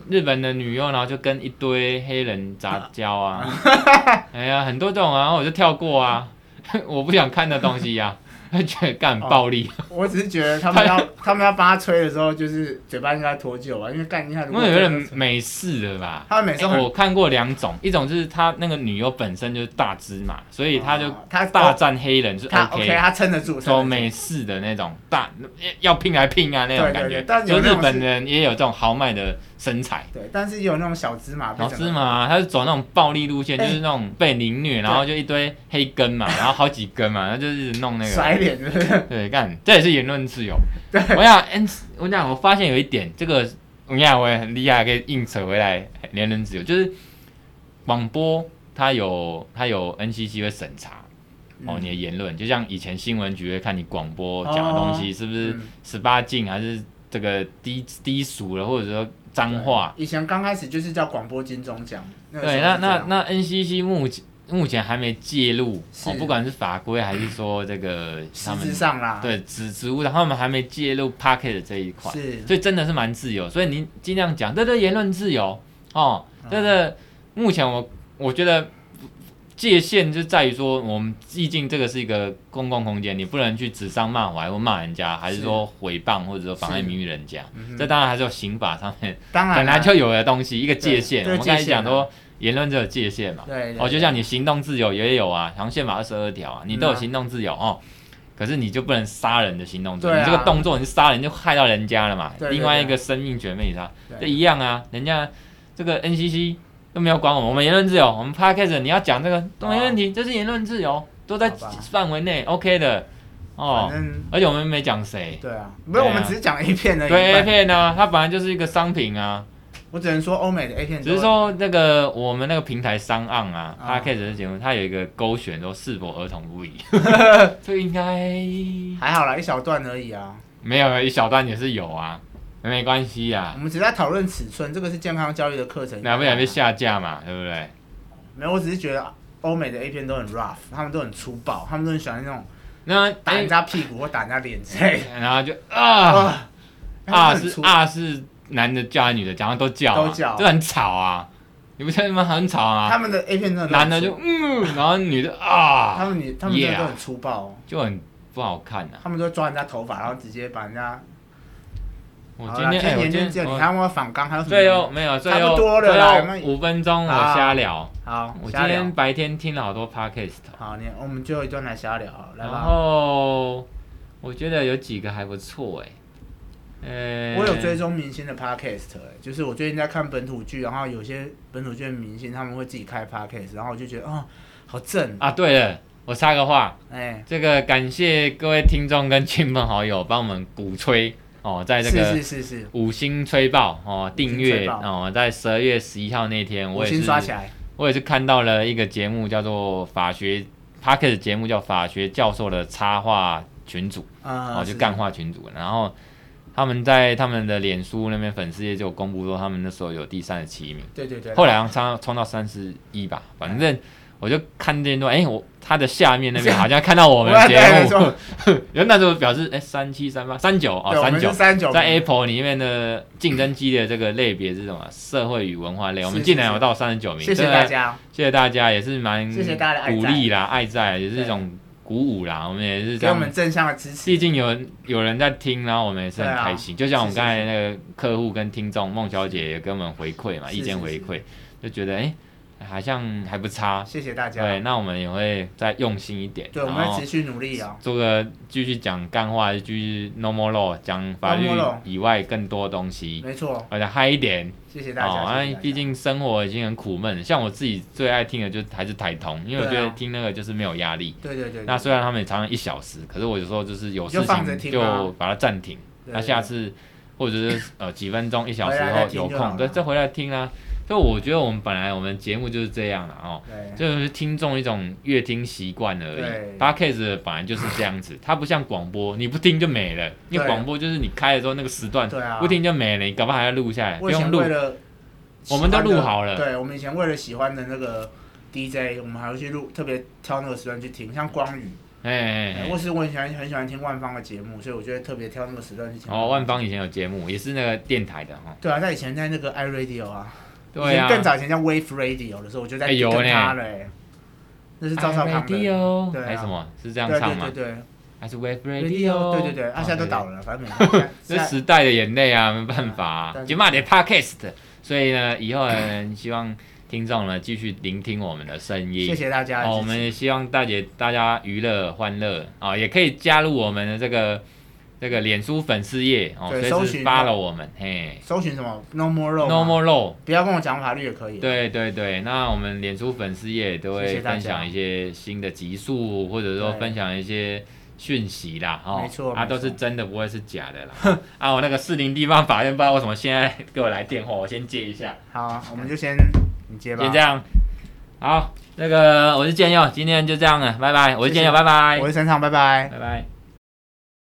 [SPEAKER 2] 日本的女优，然后就跟一堆黑人杂交啊，
[SPEAKER 1] [LAUGHS]
[SPEAKER 2] 哎呀，很多这种啊，然后我就跳过啊， [LAUGHS] 我不想看的东西呀、啊， [LAUGHS] 觉得干
[SPEAKER 1] 哦
[SPEAKER 2] 暴力，
[SPEAKER 1] 我只是觉得他们要他们要帮他吹的时候，就是嘴巴应该脱臼吧，因为干一下如
[SPEAKER 2] 那、
[SPEAKER 1] 果
[SPEAKER 2] 有
[SPEAKER 1] 真的
[SPEAKER 2] 点美式的吧。
[SPEAKER 1] 他们每次
[SPEAKER 2] 哎
[SPEAKER 1] 很
[SPEAKER 2] 我看过两种，一种就是她那个女优本身就是大只嘛，所以她就
[SPEAKER 1] 哦他
[SPEAKER 2] 大战黑人是
[SPEAKER 1] 他
[SPEAKER 2] OK，
[SPEAKER 1] OK，他撑得住，
[SPEAKER 2] 走
[SPEAKER 1] 撑得
[SPEAKER 2] 美式的那种大要拼来拼啊那种
[SPEAKER 1] 对对
[SPEAKER 2] 感觉
[SPEAKER 1] 对，但有
[SPEAKER 2] 就
[SPEAKER 1] 那
[SPEAKER 2] 日
[SPEAKER 1] 种
[SPEAKER 2] 本
[SPEAKER 1] 是
[SPEAKER 2] 人也有这种豪迈的身材。
[SPEAKER 1] 住对，但是也有那种小芝麻被
[SPEAKER 2] 然后
[SPEAKER 1] 整
[SPEAKER 2] 芝
[SPEAKER 1] 个，
[SPEAKER 2] 麻，他是走那种暴力路线，就
[SPEAKER 1] 哎
[SPEAKER 2] 是那种被凌虐，然后就一堆黑根嘛，然后好几根嘛，然后就一直弄那个。
[SPEAKER 1] 甩脸的，对
[SPEAKER 2] 对，干，这也是言论自由。我想，嗯，我想，我发现有一点，这个我想我也很厉害，可以硬扯回来言论自由，就是广播它有它有 NCC 会审查哦
[SPEAKER 1] 嗯
[SPEAKER 2] 你的言论，就像以前新闻局会看你广播
[SPEAKER 1] 哦
[SPEAKER 2] 讲的东西是不是
[SPEAKER 1] 嗯
[SPEAKER 2] 十八禁，还是这个低低俗了，或者说脏话。
[SPEAKER 1] 对以前刚开始就是叫广播金钟奖，个时候
[SPEAKER 2] 对，
[SPEAKER 1] 是
[SPEAKER 2] 那
[SPEAKER 1] 这
[SPEAKER 2] 那
[SPEAKER 1] 样
[SPEAKER 2] 那 NCC 目前目前还没介入，
[SPEAKER 1] 是
[SPEAKER 2] 哦，不管是法规还是说这个他
[SPEAKER 1] 实
[SPEAKER 2] 们
[SPEAKER 1] 质上啦，
[SPEAKER 2] 对职职务上，他们还没介入 p a c k e t 这一块，
[SPEAKER 1] 是
[SPEAKER 2] 所以真的是蛮自由。所以您尽量讲，这对言论自由哦，
[SPEAKER 1] 嗯
[SPEAKER 2] 这个目前我我觉得。界限就在于说，我们毕竟这个是一个公共空间，你不能去指桑骂槐或骂人家，还是
[SPEAKER 1] 是
[SPEAKER 2] 说诽谤或者说妨碍名誉人家。
[SPEAKER 1] 嗯
[SPEAKER 2] 这
[SPEAKER 1] 哼
[SPEAKER 2] 当然还是有刑法上面
[SPEAKER 1] 当然
[SPEAKER 2] 本来
[SPEAKER 1] 啦
[SPEAKER 2] 就有的东西，一个界限。我
[SPEAKER 1] 对
[SPEAKER 2] 们刚才
[SPEAKER 1] 这个界限
[SPEAKER 2] 讲
[SPEAKER 1] 啊
[SPEAKER 2] 说，言论就有界限嘛。
[SPEAKER 1] 对，对
[SPEAKER 2] 哦，就像你行动自由也有啊，好像宪法二十二条啊，你都有
[SPEAKER 1] 嗯啊
[SPEAKER 2] 行动自由哦。可是你就不能杀人的行动自由，
[SPEAKER 1] 对啊
[SPEAKER 2] 你这个动作你就杀人就害到人家了嘛。
[SPEAKER 1] 对对
[SPEAKER 2] 另外一个生命权被你杀，
[SPEAKER 1] 对
[SPEAKER 2] 这一样啊。人家这个 NCC 都没有管我们，我们言论自由，我们 p a c k a g e 你要讲这个都没问题，这是言论自由，都在
[SPEAKER 1] 哦好吧
[SPEAKER 2] 范围内 OK 的哦
[SPEAKER 1] 反。正
[SPEAKER 2] 而且我们没讲谁，
[SPEAKER 1] 对啊，没有，我们只是讲 A 片而已。
[SPEAKER 2] 对 A 片呢，它本来就是一个商品啊。
[SPEAKER 1] 我只能说欧美的 A 片都
[SPEAKER 2] 只是说那个我们那个平台商案啊，
[SPEAKER 1] 啊
[SPEAKER 2] 它 c a s 的节目，它有一个勾选说是否儿童
[SPEAKER 1] [LAUGHS]
[SPEAKER 2] 不宜，这应该
[SPEAKER 1] 还好啦，一小段而已啊。
[SPEAKER 2] 没有一小段也是有啊，没关系
[SPEAKER 1] 我
[SPEAKER 2] 啊，
[SPEAKER 1] 们只是在讨论尺寸，这个是健康教育的课程。啊
[SPEAKER 2] 那不然被下架嘛，对不对？
[SPEAKER 1] 没有，我只是觉得欧美的 A 片都很 rough，他们都很粗暴，他们都很喜欢那种
[SPEAKER 2] 那
[SPEAKER 1] 打人
[SPEAKER 2] 哎
[SPEAKER 1] 家屁股或打人家脸之类的。
[SPEAKER 2] 然后就啊
[SPEAKER 1] 啊，
[SPEAKER 2] [LAUGHS] 啊
[SPEAKER 1] 他们很
[SPEAKER 2] 是
[SPEAKER 1] 粗
[SPEAKER 2] 啊是男的叫还是女的叫，然后都叫啊
[SPEAKER 1] 都叫
[SPEAKER 2] 就很吵啊，你不觉得吗？很吵啊，
[SPEAKER 1] 他们的 A 片真的都很粗
[SPEAKER 2] 男的就嗯，然后女的
[SPEAKER 1] 他
[SPEAKER 2] 啊，
[SPEAKER 1] 们女他们真的
[SPEAKER 2] Yeah
[SPEAKER 1] 都很粗暴哦，
[SPEAKER 2] 就很不好看啊。
[SPEAKER 1] 他们都会抓人家头发，然后直接把人家。
[SPEAKER 2] 我
[SPEAKER 1] 好
[SPEAKER 2] 今
[SPEAKER 1] 啦
[SPEAKER 2] 天哎，我
[SPEAKER 1] 研究
[SPEAKER 2] 今
[SPEAKER 1] 这
[SPEAKER 2] 天
[SPEAKER 1] 个，
[SPEAKER 2] 我哦
[SPEAKER 1] 你还有没有反刚？还有什么？
[SPEAKER 2] 最后没有，最
[SPEAKER 1] 差
[SPEAKER 2] 后
[SPEAKER 1] 不多了
[SPEAKER 2] 最
[SPEAKER 1] 啦
[SPEAKER 2] 后
[SPEAKER 1] 有没有
[SPEAKER 2] 五分钟我
[SPEAKER 1] 好
[SPEAKER 2] 瞎聊。
[SPEAKER 1] 好，
[SPEAKER 2] 我今
[SPEAKER 1] 瞎聊
[SPEAKER 2] 天。白天听了好多 podcast，哦
[SPEAKER 1] 好，你我们最后一段来瞎聊好，来
[SPEAKER 2] 然
[SPEAKER 1] 吧。
[SPEAKER 2] 后我觉得有几个还不错哎。呃，
[SPEAKER 1] 我有追踪明星的 podcast，、欸、就是我最近在看本土剧，然后有些本土剧的明星他们会自己开 podcast，然后我就觉得哦，好正，
[SPEAKER 2] 啊。对了，我插个话，
[SPEAKER 1] 哎、
[SPEAKER 2] 这个感谢各位听众跟亲朋好友帮我们鼓吹哦，在这个
[SPEAKER 1] 是是是是，
[SPEAKER 2] 五星吹爆哦，订
[SPEAKER 1] 五星
[SPEAKER 2] 阅
[SPEAKER 1] 吹爆
[SPEAKER 2] 哦，在十二月十一号那天，
[SPEAKER 1] 我
[SPEAKER 2] 我也
[SPEAKER 1] 先
[SPEAKER 2] 是
[SPEAKER 1] 刷起来，
[SPEAKER 2] 我也是看到了一个节目，叫做法学 p o d c a s t 节目叫法学教授的插画群组。
[SPEAKER 1] 嗯，
[SPEAKER 2] 哦，就是干化群组，然后他们在他们的脸书那边粉丝页就有公布说他们那时候有第三十七名，
[SPEAKER 1] 对对对，
[SPEAKER 2] 后来好像冲冲到三十一吧，反正我就看见说，哎、我他的下
[SPEAKER 1] [LAUGHS]
[SPEAKER 2] 面那边
[SPEAKER 1] 啊
[SPEAKER 2] 好像看到我们的节
[SPEAKER 1] 对对
[SPEAKER 2] [LAUGHS] 目，然后那时候表示哎三七三八三九 [LAUGHS] 哦
[SPEAKER 1] 对，我
[SPEAKER 2] 三
[SPEAKER 1] 们
[SPEAKER 2] 九
[SPEAKER 1] 是。三九，
[SPEAKER 2] 在 Apple 里面的竞争激烈的这个类别是什么？社会与文化类，我们
[SPEAKER 1] 是
[SPEAKER 2] 竟然
[SPEAKER 1] 是
[SPEAKER 2] 有到三十九名，
[SPEAKER 1] 谢谢
[SPEAKER 2] 真的
[SPEAKER 1] 大家，
[SPEAKER 2] 谢谢大家，也是蛮
[SPEAKER 1] 谢谢大家的爱
[SPEAKER 2] 鼓
[SPEAKER 1] 在
[SPEAKER 2] 励啦、爱在，也是一种鼓舞啦。我们也是这
[SPEAKER 1] 给我
[SPEAKER 2] 样
[SPEAKER 1] 们正向的支持，
[SPEAKER 2] 毕竟有人有人在听，然后我们也是很开心。就像我们
[SPEAKER 1] 是是
[SPEAKER 2] 刚才那个客户跟听众孟小姐也跟我们回馈嘛，
[SPEAKER 1] 是
[SPEAKER 2] 意见
[SPEAKER 1] 是
[SPEAKER 2] 回馈，就觉得哎、好像还不差。
[SPEAKER 1] 谢谢大家。
[SPEAKER 2] 对，那我们也会再用心一点，
[SPEAKER 1] 对，我
[SPEAKER 2] 然
[SPEAKER 1] 们会
[SPEAKER 2] 后
[SPEAKER 1] 持续努力啊。
[SPEAKER 2] 做个继续讲干话，继续 no more law，讲法
[SPEAKER 1] No
[SPEAKER 2] 律
[SPEAKER 1] more law
[SPEAKER 2] 以外更多东西，
[SPEAKER 1] 没错，
[SPEAKER 2] 而且嗨一点。
[SPEAKER 1] 谢谢大
[SPEAKER 2] 嗯哦，
[SPEAKER 1] 家。谢谢
[SPEAKER 2] 那
[SPEAKER 1] 大家
[SPEAKER 2] 毕竟生活已经很苦闷，像我自己最爱听的就还是台通，因为我觉
[SPEAKER 1] 对啊
[SPEAKER 2] 得听那个就是没有压力。
[SPEAKER 1] 对对对，
[SPEAKER 2] 那虽然他们也常常一小时，可是我有时候就是有事
[SPEAKER 1] 就放着
[SPEAKER 2] 情
[SPEAKER 1] 听
[SPEAKER 2] 就
[SPEAKER 1] 啊
[SPEAKER 2] 把它暂停，
[SPEAKER 1] 对
[SPEAKER 2] 那下次或者是呃几分钟一小时
[SPEAKER 1] 回来再
[SPEAKER 2] 后
[SPEAKER 1] 听
[SPEAKER 2] 有
[SPEAKER 1] 就好
[SPEAKER 2] 空，
[SPEAKER 1] 了
[SPEAKER 2] 对，再回来听啦、所以我觉得我们本来我们节目就是这样了哦，
[SPEAKER 1] 对
[SPEAKER 2] 就是听众一种乐听习惯而
[SPEAKER 1] 对
[SPEAKER 2] 已。Podcast 本来就是这样子，
[SPEAKER 1] [LAUGHS]
[SPEAKER 2] 它不像广播，你不听就没了。因为
[SPEAKER 1] 对
[SPEAKER 2] 广播就是你开的时候那个时段
[SPEAKER 1] 对啊
[SPEAKER 2] 不听就没了，你搞不好还要录下来，
[SPEAKER 1] 我
[SPEAKER 2] 哎不
[SPEAKER 1] 以
[SPEAKER 2] 用
[SPEAKER 1] 前
[SPEAKER 2] 录
[SPEAKER 1] 为。了喜
[SPEAKER 2] 我
[SPEAKER 1] 欢
[SPEAKER 2] 们
[SPEAKER 1] 的，
[SPEAKER 2] 都录好了
[SPEAKER 1] 对，我们以前为了喜欢的那个 DJ，我们还会去录，特别挑那个时段去听，像光宇，
[SPEAKER 2] 哎哎
[SPEAKER 1] 哎
[SPEAKER 2] 哎
[SPEAKER 1] 或是我以前很喜欢听万芳的节目，所以我就会特别挑那个时段去听。
[SPEAKER 2] 哦，万。芳以前有节目，也是那个电台的哈。
[SPEAKER 1] 对啊，在以前在那个 iRadio 啊，
[SPEAKER 2] 对
[SPEAKER 1] 以前
[SPEAKER 2] 啊，
[SPEAKER 1] 更早以前叫 Wave Radio 的时候，我就在
[SPEAKER 2] 哎有
[SPEAKER 1] 跟他
[SPEAKER 2] 呢
[SPEAKER 1] 了、哎那是赵少康的，对
[SPEAKER 2] Radio，
[SPEAKER 1] 对啊
[SPEAKER 2] 还是什么？是这样
[SPEAKER 1] 对
[SPEAKER 2] 唱
[SPEAKER 1] 对
[SPEAKER 2] 吗？
[SPEAKER 1] 对
[SPEAKER 2] 还是 Wave
[SPEAKER 1] 对
[SPEAKER 2] Radio？
[SPEAKER 1] 对对对，啊，现在都倒
[SPEAKER 2] 了。
[SPEAKER 1] 了，反正没
[SPEAKER 2] [LAUGHS]
[SPEAKER 1] 关系
[SPEAKER 2] 这
[SPEAKER 1] 现在
[SPEAKER 2] 时代的眼泪啊，没办法啊，
[SPEAKER 1] 但
[SPEAKER 2] 就骂点 Podcast。所以呢，以后呢，希望听众呢继续聆听我们的声音。
[SPEAKER 1] 谢谢大家的支持，
[SPEAKER 2] 哦，我们也希望大姐大家娱乐欢乐啊、哦，也可以加入我们的这个这个脸书粉丝页哦，
[SPEAKER 1] 对
[SPEAKER 2] 随
[SPEAKER 1] 搜
[SPEAKER 2] 时
[SPEAKER 1] 寻
[SPEAKER 2] follow 我们嘿
[SPEAKER 1] 搜寻什么 No More Road
[SPEAKER 2] ，No
[SPEAKER 1] 吗
[SPEAKER 2] more law。
[SPEAKER 1] 不要跟我讲法律也可以。
[SPEAKER 2] 对对对，那我们脸书粉丝页都
[SPEAKER 1] 谢
[SPEAKER 2] 会
[SPEAKER 1] 谢大家
[SPEAKER 2] 分享一些新的集数，或者说
[SPEAKER 1] 对
[SPEAKER 2] 分享一些讯息啦，哦，
[SPEAKER 1] 没错
[SPEAKER 2] 啊
[SPEAKER 1] 没错
[SPEAKER 2] 都是真的，不会是假的啦。 [LAUGHS] 啊，我那个士林地方法院不知道为什么现在给我来电话，我先接一下，
[SPEAKER 1] 好，我们就先你接吧。
[SPEAKER 2] 先这样。好，那个我是建佑，今天就这样了，拜拜。我是建佑，
[SPEAKER 1] 谢谢
[SPEAKER 2] 拜拜，
[SPEAKER 1] 我是沈畅，拜拜。
[SPEAKER 2] 拜拜。